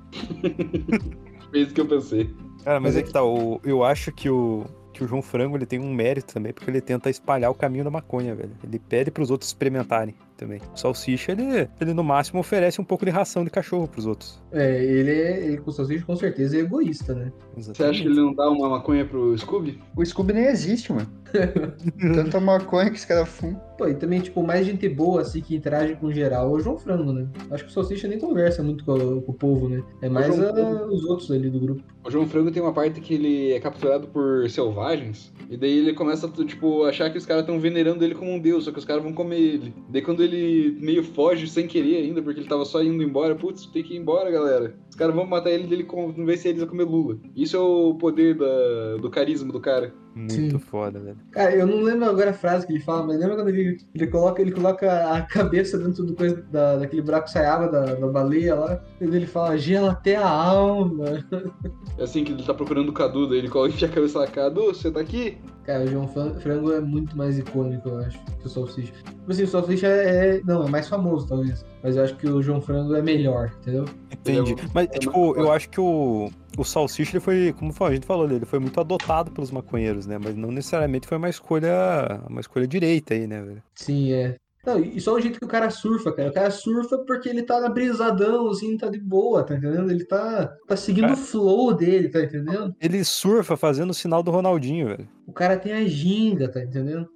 Speaker 4: Foi isso que eu pensei.
Speaker 1: Cara, mas é que tá. O, eu acho que o. Que o João Frango ele tem um mérito também, porque ele tenta espalhar o caminho da maconha, velho. Ele pede pros outros experimentarem também. O salsicha, ele, ele no máximo oferece um pouco de ração de cachorro pros outros.
Speaker 2: É, ele é. Ele, com salsicha, com certeza, é egoísta, né?
Speaker 4: Você acha que ele não dá uma maconha pro Scooby?
Speaker 5: O Scooby nem existe, mano. Tanta maconha que os caras fumam.
Speaker 2: Pô, e também, tipo, mais gente boa, assim, que interage com geral é o João Frango, né? Acho que o Salsicha nem conversa muito com, a- com o povo, né? É mais
Speaker 4: João
Speaker 2: a-
Speaker 4: Frango.
Speaker 2: os outros ali do grupo.
Speaker 4: O João Frango tem uma parte que ele é capturado por selvagens, e daí ele começa, tipo, achar que os caras estão venerando ele como um deus, só que os caras vão comer ele. Daí quando ele meio foge sem querer ainda, porque ele tava só indo embora, putz, tem que ir embora, galera. Os caras vão matar ele, dele convencer eles a comer lula. Isso é o poder da- do carisma do cara.
Speaker 1: Muito
Speaker 2: Sim.
Speaker 1: foda, velho.
Speaker 2: Cara, eu não lembro agora a frase que ele fala, mas lembra quando ele, ele coloca, ele coloca a cabeça dentro do coisa, da, daquele buraco saiaba da, da baleia lá, e ele fala, gela até a alma.
Speaker 4: É assim que ele tá procurando o Cadu, daí ele coloca enfia a cabeça lá, Cadu, você tá aqui?
Speaker 2: Cara, o João Fran- Frango é muito mais icônico, eu acho, que o Salsicha. Tipo assim, o Salsicha é. Não, é mais famoso, talvez. Mas eu acho que o João Frango é melhor, entendeu?
Speaker 1: Entendi. Mas,
Speaker 4: é
Speaker 1: tipo,
Speaker 4: muito
Speaker 1: eu acho que o, o Salsicha, ele foi, como a gente falou, né, ele foi muito adotado pelos maconheiros, né? Mas não necessariamente foi uma escolha, uma escolha direita aí, né, velho?
Speaker 2: Sim, é. Não, e só o jeito que o cara surfa, cara. O cara surfa porque ele tá na brisadão, assim, tá de boa, tá entendendo? Ele tá, tá seguindo
Speaker 1: Cara.
Speaker 2: o flow dele, tá entendendo?
Speaker 1: Ele surfa fazendo o sinal do Ronaldinho, velho.
Speaker 2: O cara tem a ginga, tá entendendo?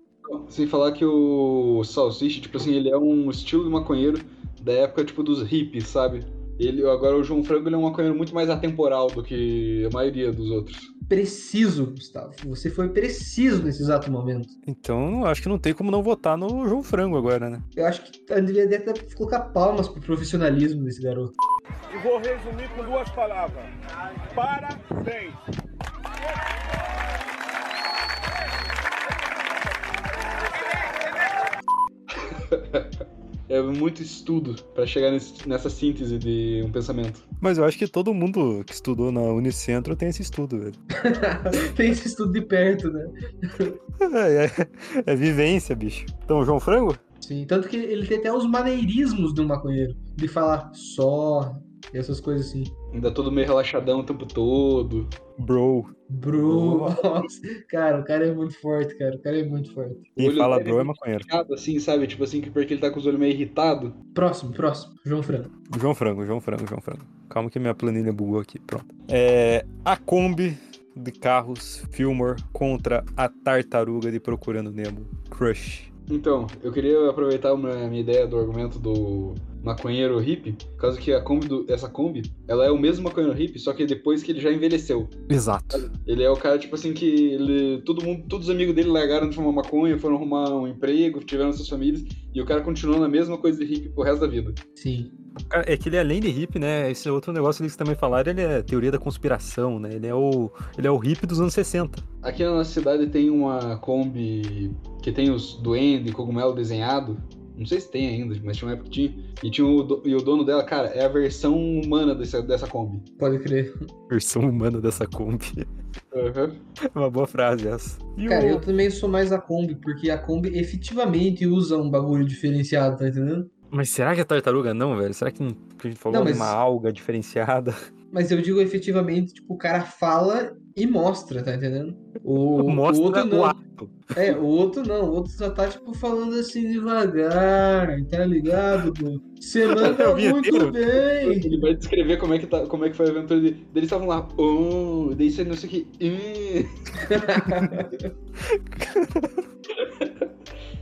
Speaker 4: Sem falar que o Salsicha, tipo assim, ele é um estilo de maconheiro da época, tipo, dos hippies, sabe? Ele, agora o João Frango ele é um maconheiro muito mais atemporal do que a maioria dos outros.
Speaker 2: Preciso, Gustavo. Você foi preciso nesse exato momento.
Speaker 1: Então, eu acho que não tem como não votar no João Frango agora, né?
Speaker 2: Eu acho que eu devia até colocar palmas pro profissionalismo desse garoto.
Speaker 6: E vou resumir com duas palavras. Parabéns.
Speaker 4: É muito estudo pra chegar nesse- nessa síntese de um pensamento.
Speaker 1: Mas eu acho que todo mundo que estudou na Unicentro tem esse estudo, velho.
Speaker 2: Tem esse estudo de perto, né?
Speaker 1: É, é- é vivência, bicho. Então, João Frango?
Speaker 2: Sim, tanto que ele tem até os maneirismos de um maconheiro. De falar só, e essas coisas assim.
Speaker 4: Ainda todo meio relaxadão o tempo todo.
Speaker 1: Bro.
Speaker 2: Bro, nossa. Cara, o cara é muito forte, cara. O cara é muito forte.
Speaker 1: Quem
Speaker 4: Olho
Speaker 1: fala
Speaker 4: dele
Speaker 1: bro é
Speaker 4: é
Speaker 1: maconheiro.
Speaker 4: Irritado, Assim, sabe? Tipo assim, que porque ele tá com os olhos meio irritado.
Speaker 2: Próximo, próximo. João Franco.
Speaker 1: João Frango, João Frango, João Frango. Calma que minha planilha bugou aqui, pronto. É, a Kombi de carros Fillmore contra a tartaruga de Procurando Nemo. Crush.
Speaker 4: Então, eu queria aproveitar uma minha ideia do argumento do maconheiro hippie, por causa que a Kombi do- essa Kombi, ela é o mesmo maconheiro hippie, só que depois que ele já envelheceu.
Speaker 1: Exato.
Speaker 4: Ele é o cara, tipo assim, que ele, todo mundo, todos os amigos dele largaram de fumar maconha, foram arrumar um emprego, tiveram suas famílias, e o cara continuou na mesma coisa de hippie pro resto da vida.
Speaker 2: Sim.
Speaker 1: É que ele, além de hip, né? Esse outro negócio que eles também falaram, ele é teoria da conspiração, né? Ele é o, ele é o hip dos anos 60.
Speaker 4: Aqui na nossa cidade tem uma Kombi que tem os duende, cogumelo desenhado. Não sei se tem ainda, mas tinha uma época que tinha. E, tinha o, do- e o dono dela, cara, é a versão humana dessa, dessa Kombi.
Speaker 2: Pode crer.
Speaker 1: Versão humana dessa Kombi. É uma boa frase essa. E
Speaker 2: Cara,
Speaker 1: o-
Speaker 2: eu também sou mais a Kombi, porque a Kombi efetivamente usa um bagulho diferenciado, tá entendendo?
Speaker 1: Mas será que é tartaruga não, velho? Será que, não- que a gente falou
Speaker 2: Não,
Speaker 1: de
Speaker 2: mas-
Speaker 1: uma alga diferenciada?
Speaker 2: Mas eu digo efetivamente, tipo, o cara fala e mostra, tá entendendo? O, o outro
Speaker 1: Mostra
Speaker 2: não.
Speaker 1: o ato.
Speaker 2: É, o outro não, o outro só tá, tipo, falando assim devagar, tá ligado? pô? Você
Speaker 4: É
Speaker 2: manda
Speaker 1: Eu vi
Speaker 2: muito
Speaker 1: inteiro.
Speaker 2: bem!
Speaker 4: Ele vai descrever como é que, tá, como é que foi a aventura dele. Daí Eles estavam lá, oh, daí você não sei o que. hum.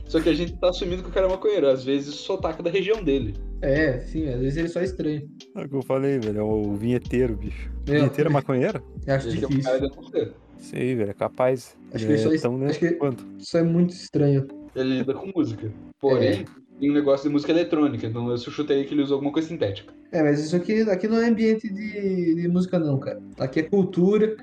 Speaker 4: Só que a gente tá assumindo que o cara é maconheiro. Às vezes o sotaque da região dele.
Speaker 2: É, sim, às vezes ele só é estranho.
Speaker 1: É o que eu falei, velho. É o vinheteiro, bicho.
Speaker 2: É,
Speaker 1: Vinheteiro é maconheiro?
Speaker 2: eu acho
Speaker 4: Ele é um
Speaker 2: difícil.
Speaker 4: cara de maconheiro.
Speaker 1: Sei, velho. É capaz.
Speaker 2: Acho que ele só-
Speaker 1: tão,
Speaker 2: acho que-
Speaker 1: quanto.
Speaker 2: Isso é muito estranho.
Speaker 4: Ele lida com música. Porém, tem um negócio de música eletrônica, então eu chutei que ele usou alguma coisa sintética.
Speaker 2: É, mas isso aqui, aqui não é ambiente de, de música, não, cara. Aqui é cultura.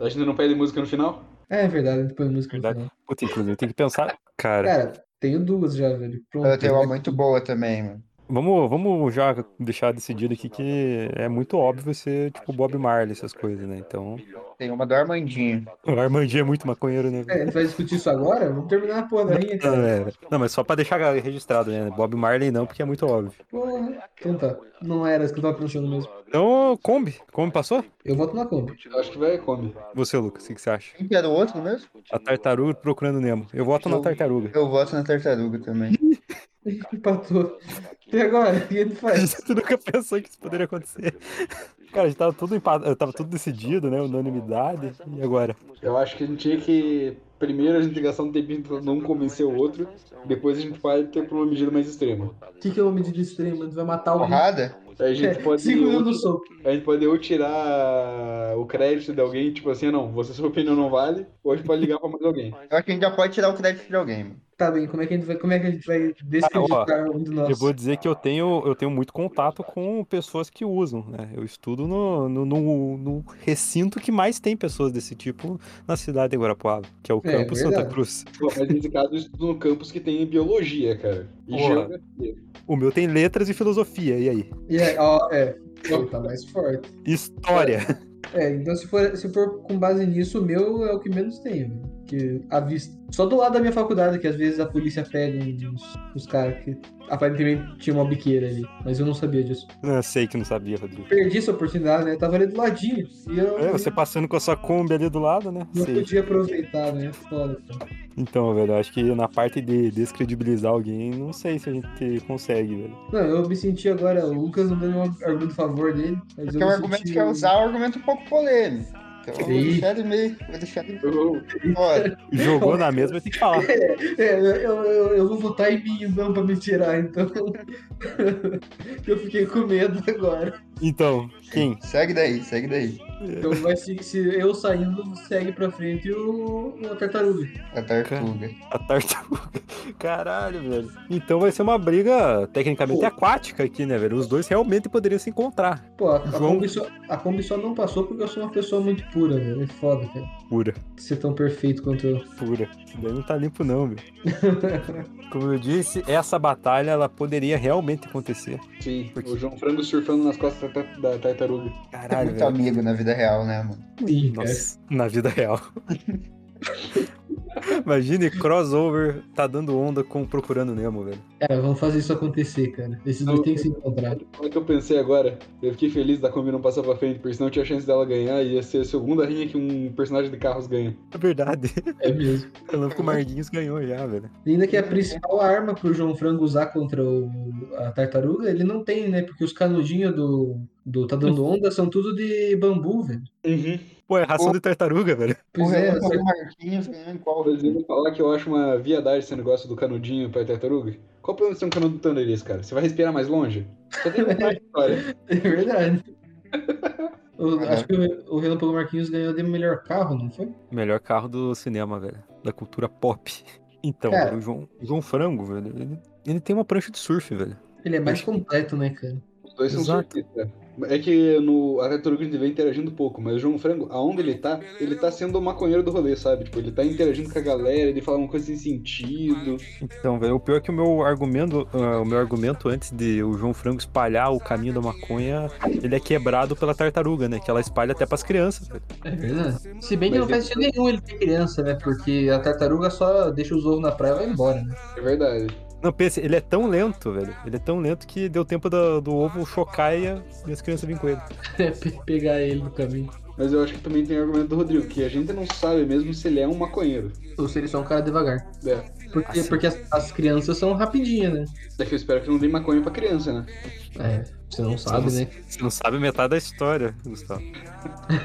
Speaker 4: A gente não pede música no final?
Speaker 2: É verdade, a gente põe música no
Speaker 1: Verdade.
Speaker 2: final.
Speaker 1: Puta, inclusive, tem que pensar. Cara,
Speaker 2: Cara, tenho duas já, velho. Pronto.
Speaker 5: Eu tenho uma muito boa também, mano.
Speaker 1: vamos, vamos já deixar decidido aqui que é muito óbvio ser tipo Bob Marley, essas coisas, né? Então.
Speaker 5: Tem uma do Armandinho.
Speaker 1: O Armandinho é muito maconheiro, né?
Speaker 2: É, a gente vai discutir isso agora? Vamos terminar a porra da minha,
Speaker 1: Não,
Speaker 2: cara.
Speaker 1: é, não, mas só pra deixar registrado, né? Bob Marley não, porque é muito óbvio.
Speaker 2: Porra. Então tá. Não era isso que eu tava pensando mesmo.
Speaker 1: Então, Kombi. Kombi passou?
Speaker 2: Eu voto na Kombi.
Speaker 4: Eu acho que vai come.
Speaker 1: Você, Lucas, o que que você acha?
Speaker 5: Quem que era o outro é mesmo?
Speaker 1: A tartaruga procurando Nemo. Eu voto na tartaruga.
Speaker 5: Eu voto na tartaruga também.
Speaker 2: Empatou. E agora? O que a gente
Speaker 1: A
Speaker 2: faz?
Speaker 1: gente nunca pensou que isso poderia acontecer. Cara, a gente tava tudo empatado, tava tudo decidido, né? Unanimidade. E agora?
Speaker 4: Eu acho que a gente tinha que. Primeiro a gente gastar um tempinho pra não convencer o outro, depois a gente vai ter pra uma medida mais extrema.
Speaker 2: O que, que é uma medida extrema? A gente vai matar alguém. É,
Speaker 5: Porrada?
Speaker 4: Aí a gente
Speaker 5: tipo
Speaker 4: pode.
Speaker 5: assim,
Speaker 2: Cinco
Speaker 4: ou-
Speaker 2: anos no soco.
Speaker 4: a gente pode ou tirar o crédito de alguém, tipo assim, não, você sua opinião não vale, ou a gente pode ligar pra mais alguém.
Speaker 5: Eu acho que a gente já pode tirar o crédito de alguém, mano.
Speaker 2: Tá bem, como é que a gente vai, como é que a gente vai
Speaker 1: Ah, ó,
Speaker 2: descreditar um de nós?
Speaker 1: Eu vou dizer que eu tenho, eu tenho muito contato com pessoas que usam, né? Eu estudo no, no, no- no recinto que mais tem pessoas desse tipo na cidade de Guarapuava, que é o
Speaker 2: É,
Speaker 1: Campo Santa
Speaker 2: verdade.
Speaker 1: Cruz.
Speaker 4: Pô, mas nesse caso eu estudo no campus que tem biologia, cara. E
Speaker 1: Porra.
Speaker 4: geografia.
Speaker 1: O meu tem letras e filosofia, e aí?
Speaker 2: E aí, ó, é, Pô, tá mais forte.
Speaker 1: História.
Speaker 2: É, então se for, se for com base nisso, o meu é o que menos tem, velho. que a vista. Só do lado da minha faculdade, que às vezes a polícia pega uns, uns caras que aparentemente tinha uma biqueira ali, mas eu não sabia disso.
Speaker 1: Eu sei que não sabia, Rodrigo.
Speaker 2: Perdi essa oportunidade, né? Eu tava ali do ladinho. E eu
Speaker 1: É, você passando com a sua Kombi ali do lado, né?
Speaker 2: não
Speaker 1: Sei.
Speaker 2: podia aproveitar, né? Foda, cara.
Speaker 1: Então, velho, eu acho que na parte de descredibilizar alguém, não sei se a gente consegue, velho.
Speaker 2: Não, eu me senti agora, o Lucas não deu nenhum argumento a favor dele. Mas eu
Speaker 5: Porque o
Speaker 2: me
Speaker 5: argumento
Speaker 2: senti-
Speaker 5: que eu usar é um argumento um pouco polêmico. Então eu vou
Speaker 2: Sim.
Speaker 5: deixar ele meio. Vou deixar ele
Speaker 4: Eu-
Speaker 5: fora.
Speaker 1: Jogou na mesma, tem que falar.
Speaker 2: É, eu, eu, eu vou votar em mim não pra me tirar, então. eu fiquei com medo agora.
Speaker 1: Então, quem?
Speaker 5: Segue daí, segue daí.
Speaker 2: Então vai se, se eu saindo, segue pra frente o, o tartaruga.
Speaker 5: A tartaruga.
Speaker 1: A tartaruga. Caralho, velho. Então vai ser uma briga tecnicamente
Speaker 2: Pô.
Speaker 1: aquática aqui, né, velho? Os dois realmente poderiam se encontrar.
Speaker 2: Pô, a, a
Speaker 1: João-
Speaker 2: Kombi só, a Kombi só não passou porque eu sou uma pessoa muito pura, velho. É foda, cara.
Speaker 1: Pura,
Speaker 2: Ser tão perfeito quanto eu.
Speaker 1: pura. Isso daí não tá limpo, não, velho. Como eu disse, essa batalha ela poderia realmente acontecer.
Speaker 4: Sim,
Speaker 1: Por quê?
Speaker 4: o João Frango surfando nas costas da, ta- da tartaruga.
Speaker 5: É
Speaker 1: Caralho,
Speaker 5: muito
Speaker 1: velho.
Speaker 5: amigo na vida real, né, mano?
Speaker 2: Ih, cara.
Speaker 1: Nossa, na vida real. Imagine crossover tá dando onda com Procurando Nemo, velho.
Speaker 2: Cara, vamos fazer isso acontecer, cara. Esses dois
Speaker 4: Não.
Speaker 2: têm que se encontrar.
Speaker 4: Como é que eu pensei agora? Eu fiquei feliz da Kombi não passar pra frente, porque senão tinha chance dela ganhar e ia ser a segunda rinha que um personagem de carros ganha.
Speaker 1: É verdade.
Speaker 2: É mesmo.
Speaker 1: Falando que o Marguinhos ganhou já, velho.
Speaker 2: E ainda que a principal arma pro João Frango usar contra o, a tartaruga, ele não tem, né? Porque os canudinhos do, do Tá Dando Onda são tudo de bambu, velho.
Speaker 4: Uhum.
Speaker 1: Pô, é ração de tartaruga, velho.
Speaker 2: Pois é,
Speaker 5: Renan
Speaker 2: acertou.
Speaker 5: Marquinhos ganhou em qual?
Speaker 4: Vocês iam falar que eu acho uma viadagem esse negócio do canudinho pra tartaruga? Qual o problema de ser um canudo tandeirense, cara? Você vai respirar mais longe? Só tem uma história.
Speaker 2: é verdade. O-
Speaker 5: É.
Speaker 2: Acho que o, o Relâmpago Marquinhos ganhou de melhor carro, não foi?
Speaker 1: Melhor carro do cinema, velho. Da cultura pop. Então,
Speaker 2: É.
Speaker 5: Cara.
Speaker 1: velho, o João, o João Frango, velho, ele, ele tem uma prancha de surf, velho.
Speaker 2: Ele é mais completo, né, cara?
Speaker 4: Os dois são
Speaker 1: Exato.
Speaker 4: surfistas. É que no, a tartaruga ele vem interagindo pouco, mas o João Frango, aonde ele tá, ele tá sendo o maconheiro do rolê, sabe? Tipo, ele tá interagindo com a galera, ele fala uma coisa sem sentido.
Speaker 1: Então, velho, o pior é que o meu argumento, ah, o meu argumento antes de o João Frango espalhar o caminho da maconha, ele é quebrado pela tartaruga, né? Que ela espalha até pras crianças, velho.
Speaker 2: É verdade. é Se bem que não
Speaker 4: Mas
Speaker 2: faz sentido nenhum ele ter criança, né? Porque a tartaruga só deixa os ovos na praia e vai embora, né?
Speaker 4: É verdade.
Speaker 1: Não, pense, ele é tão lento, velho. Ele é tão lento que deu tempo da- do ovo chocar e, a- e as crianças virem com ele.
Speaker 2: É, Pe- Pegar ele no caminho.
Speaker 4: Mas eu acho que também tem o argumento do Rodrigo, que a gente não sabe mesmo se ele é um maconheiro.
Speaker 2: Ou se ele só é um cara devagar.
Speaker 4: É.
Speaker 2: Porque,
Speaker 1: Assim.
Speaker 2: porque as, as crianças são rapidinhas, né?
Speaker 4: É que eu espero que não dê maconha pra criança, né?
Speaker 2: É, você não sabe, né?
Speaker 1: Você não sabe metade da história, Gustavo. É,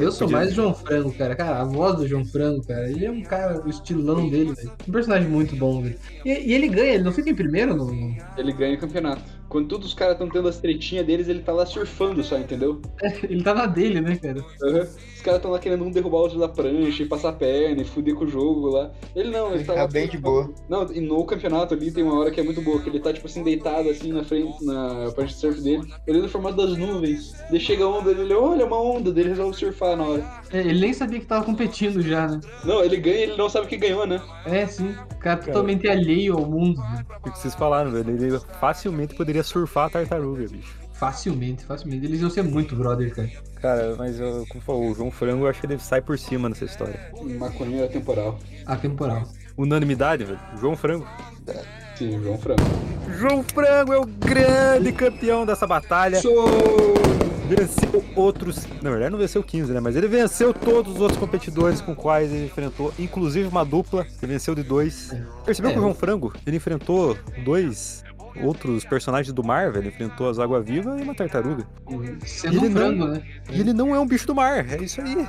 Speaker 2: Eu sou
Speaker 1: podia-
Speaker 2: mais João Frango, cara. Cara, a voz do João Frango, cara. Ele é um cara, o estilão dele, velho. Um personagem muito bom, velho. E, e ele ganha, ele não fica em primeiro no.
Speaker 4: Ele ganha o campeonato. Quando todos os caras estão tendo as tretinhas deles, ele tá lá surfando só, entendeu?
Speaker 2: Ele tá na dele, né, cara?
Speaker 4: Aham. Os caras estão lá querendo um derrubar o outro da prancha e passar a perna e fuder com o jogo lá. Ele não, ele tá
Speaker 5: Tá
Speaker 4: lá.
Speaker 5: bem de boa.
Speaker 4: Não, e no campeonato ali tem uma hora que é muito boa, que ele tá tipo assim, deitado assim na frente, na prancha de surf dele, olhando o formato das nuvens. Daí chega a onda, ele olha, olha uma onda, daí ele resolve surfar na hora.
Speaker 2: É, Ele nem sabia que tava competindo já, né?
Speaker 4: Não, ele ganha e ele não sabe que ganhou, né?
Speaker 2: É, sim. O cara totalmente alheio ao mundo, né? velho.
Speaker 1: O que vocês falaram, velho? Ele facilmente poderia surfar a tartaruga, bicho.
Speaker 2: Facilmente, facilmente. Eles iam ser muito brother, cara.
Speaker 1: Cara, mas eu, como falou, o João Frango eu acho que ele sai por cima nessa história.
Speaker 4: Maconheiro temporal.
Speaker 2: Atemporal.
Speaker 1: Unanimidade, velho. João Frango.
Speaker 4: Sim, João Franco.
Speaker 1: João Frango é o grande campeão dessa batalha. Venceu outros. Na verdade, não venceu 15, né? Mas ele venceu todos os outros competidores com quais ele enfrentou, inclusive uma dupla. Ele venceu de dois. Percebeu
Speaker 2: É.
Speaker 1: que o João Frango ele enfrentou dois outros personagens do mar, velho? Ele Enfrentou as águas-vivas e uma tartaruga.
Speaker 2: Sendo
Speaker 1: Ele
Speaker 2: um
Speaker 1: não-
Speaker 2: frango, né?
Speaker 1: E ele não é um bicho do mar, é isso aí.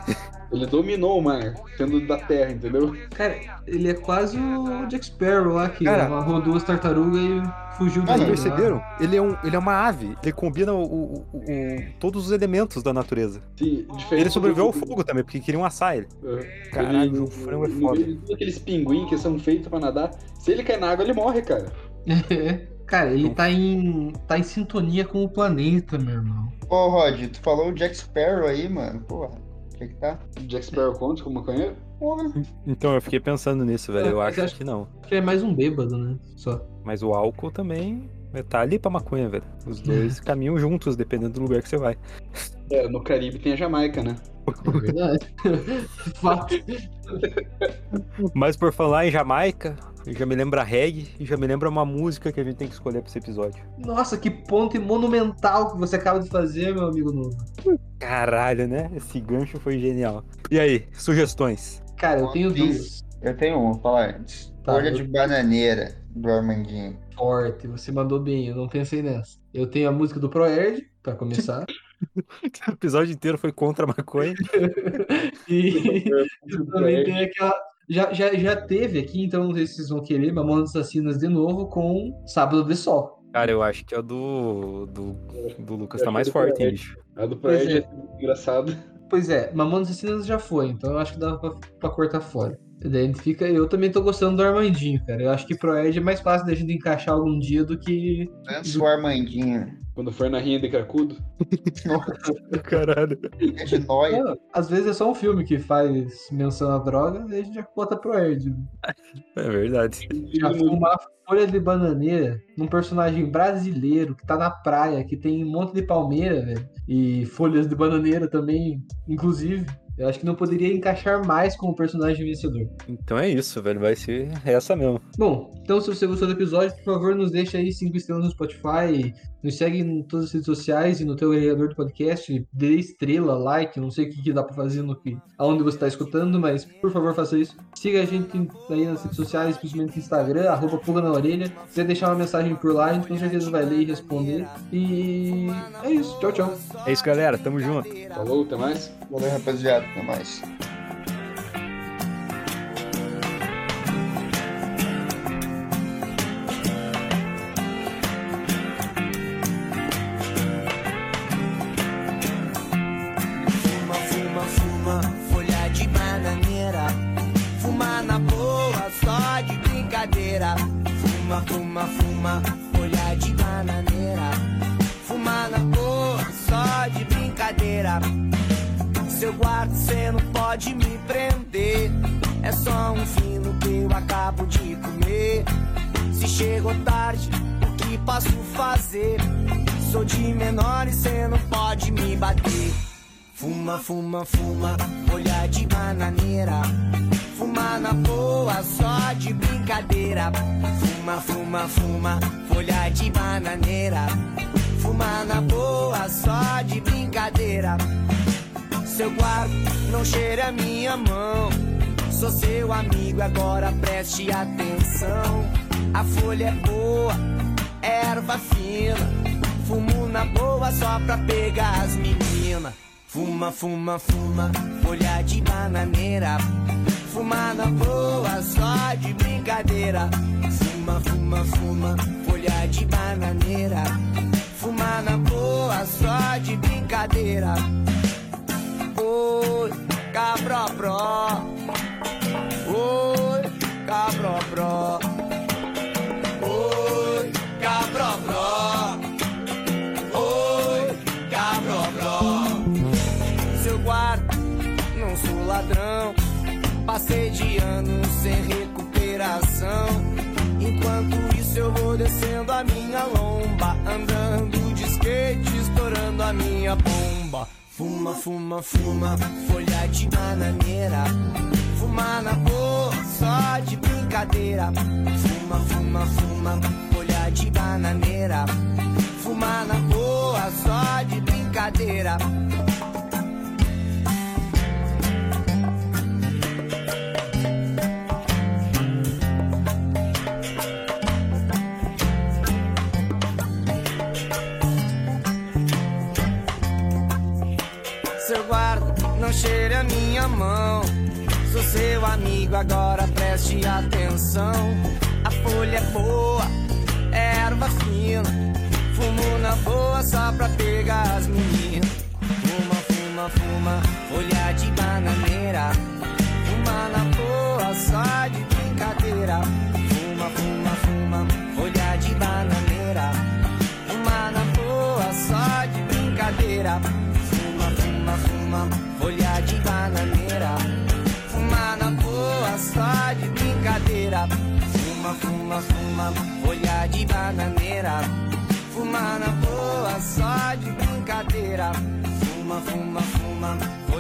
Speaker 4: Ele dominou o mar, sendo da terra, entendeu?
Speaker 2: Cara, ele é quase o Jack Sparrow lá, que
Speaker 1: Cara.
Speaker 2: amarrou duas tartarugas e fugiu do
Speaker 1: Vocês
Speaker 2: rio lá.
Speaker 5: Mano,
Speaker 1: Ah, perceberam? Ele é, um, ele é uma ave, ele combina o- o- o-
Speaker 2: É.
Speaker 1: o- todos os elementos da natureza.
Speaker 4: Sim, diferente
Speaker 2: um
Speaker 1: Ele sobreviveu ao
Speaker 4: do-
Speaker 1: fogo também, porque queriam assar ele.
Speaker 4: Uhum.
Speaker 1: Caralho,
Speaker 4: Ele-
Speaker 1: o frango é
Speaker 4: no
Speaker 1: foda.
Speaker 4: meio de Todos aqueles pinguins que são feitos pra nadar, se ele cai na água, ele morre, cara.
Speaker 2: É. Cara, ele tá em, tá em sintonia com o planeta, meu irmão.
Speaker 5: Ô, Rod, tu falou o Jack Sparrow aí, mano. Porra, tinha que tá.
Speaker 4: Jack Sparrow conta como maconheiro?
Speaker 5: Porra.
Speaker 1: Então eu fiquei pensando nisso, velho.
Speaker 2: É,
Speaker 1: Eu
Speaker 2: mas
Speaker 1: acho
Speaker 2: acho-
Speaker 1: que não.
Speaker 2: Ele é mais um bêbado, né? Só.
Speaker 1: Mas o álcool também é, tá ali pra maconha, velho. Os dois
Speaker 2: Uhum.
Speaker 1: caminham juntos, dependendo do lugar que você vai.
Speaker 4: É, no Caribe tem a Jamaica, né?
Speaker 2: É verdade. Fato.
Speaker 1: Mas por falar em Jamaica, já me lembra reggae e já me lembra uma música que a gente tem que escolher pra esse episódio.
Speaker 2: Nossa, que ponte monumental que você acaba de fazer, meu amigo novo.
Speaker 1: Caralho, né? Esse gancho foi genial. E aí, sugestões?
Speaker 2: Cara, É, eu tenho
Speaker 5: Sim.
Speaker 2: duas.
Speaker 5: Eu tenho um, fala antes.
Speaker 2: Tá,
Speaker 5: Folha
Speaker 2: eu-
Speaker 5: de bananeira do Armandinho.
Speaker 2: Forte, você mandou bem, eu não pensei nessa. Eu tenho a música do Proerd, pra começar.
Speaker 1: O episódio inteiro foi contra a maconha.
Speaker 2: E também tem aquela. Já, já, já teve aqui, então não sei se vocês vão querer, Mamonas Assassinas de novo com Sábado de Sol.
Speaker 1: Cara, eu acho que a do, do, do Lucas
Speaker 4: Eu
Speaker 1: tá
Speaker 4: acho
Speaker 1: mais
Speaker 4: que
Speaker 1: forte,
Speaker 4: eu-
Speaker 1: hein, bicho.
Speaker 4: A do
Speaker 2: Pois
Speaker 4: Proed é. engraçado.
Speaker 2: Pois é, Mamonas Assassinas já foi, então eu acho que dava pra, pra cortar fora. E Daí a gente fica. Eu também tô gostando do Armandinho, cara. Eu acho que pro Ed é mais fácil da gente encaixar algum dia do que.
Speaker 5: Antes o Armandinho.
Speaker 4: Quando for na rinha de cracudo.
Speaker 1: Caralho.
Speaker 5: É de nóia.
Speaker 2: É, às vezes é só um filme que faz menção à droga, daí a gente já bota pro Ed.
Speaker 1: É verdade.
Speaker 2: Já fumar folha de bananeira num personagem brasileiro que tá na praia, que tem um monte de palmeira, velho. E folhas de bananeira também, inclusive. Eu acho que não poderia encaixar mais com o personagem vencedor.
Speaker 1: Então é isso, velho. Vai ser essa mesmo.
Speaker 2: Bom, então se você gostou do episódio, por favor, nos deixa aí cinco estrelas no Spotify, nos segue em todas as redes sociais e no teu agregador do podcast, dê estrela, like, não sei o que, que dá pra fazer no que, aonde você tá escutando, mas por favor faça isso. Siga a gente em- aí nas redes sociais, principalmente no Instagram, arroba pulga na orelha. Se quiser deixar uma mensagem por lá, a gente com certeza vai ler e responder. E é isso, tchau, tchau.
Speaker 1: É isso, galera. Tamo junto.
Speaker 4: Falou, até mais.
Speaker 5: Valeu, rapaziada. Até mais.
Speaker 7: Fuma, fuma, fuma, folha de bananeira. Fuma na boa, só de brincadeira. Fuma, fuma, fuma, folha de bananeira. Fuma na boa, só de brincadeira. Seu guarda, cê não pode me prender. É só um fino que eu acabo de comer. Se chegou tarde, o que posso fazer? Sou de menor e cê não pode me bater. Fuma, fuma, fuma, folha de bananeira. Fuma na boa, só de brincadeira. Fuma, fuma, fuma, folha de bananeira. Fuma na boa, só de brincadeira. Seu guardo não cheira a minha mão. Sou seu amigo, agora preste atenção. A folha é boa, é erva fina. Fumo na boa só pra pegar as meninas. Fuma, fuma, fuma, folha de bananeira. Fuma na boa só de brincadeira. Fuma, fuma, fuma, folha de bananeira. Fuma na boa só de brincadeira. Oi, cabra pró. Oi, cabra pró. Oi, cabra pró. Oi, cabra pró. Seu guarda, não sou ladrão. Passei de anos sem recuperação. Enquanto isso eu vou descendo a minha lomba, andando de skate, estourando a minha bomba. Fuma, fuma, fuma, folha de bananeira. Fuma na boa, só de brincadeira. Fuma, fuma, fuma, folha de bananeira. Fuma na boa, só de brincadeira. Seu guarda, não cheire a minha mão. Sou seu amigo, agora preste atenção. A folha é boa, é erva fina. Fumo na boa só pra pegar as meninas. Fuma, fuma, fuma, folha de bananeira. Fuma na boa só de brincadeira. Fuma, fuma, fuma, folha de bananeira. Fuma na boa só de brincadeira. Fuma, fuma, fuma, folha de bananeira. Fuma na boa só de brincadeira. Fuma, fuma, fuma, folha de bananeira. Fuma na boa só de brincadeira. Fuma, fuma, fuma,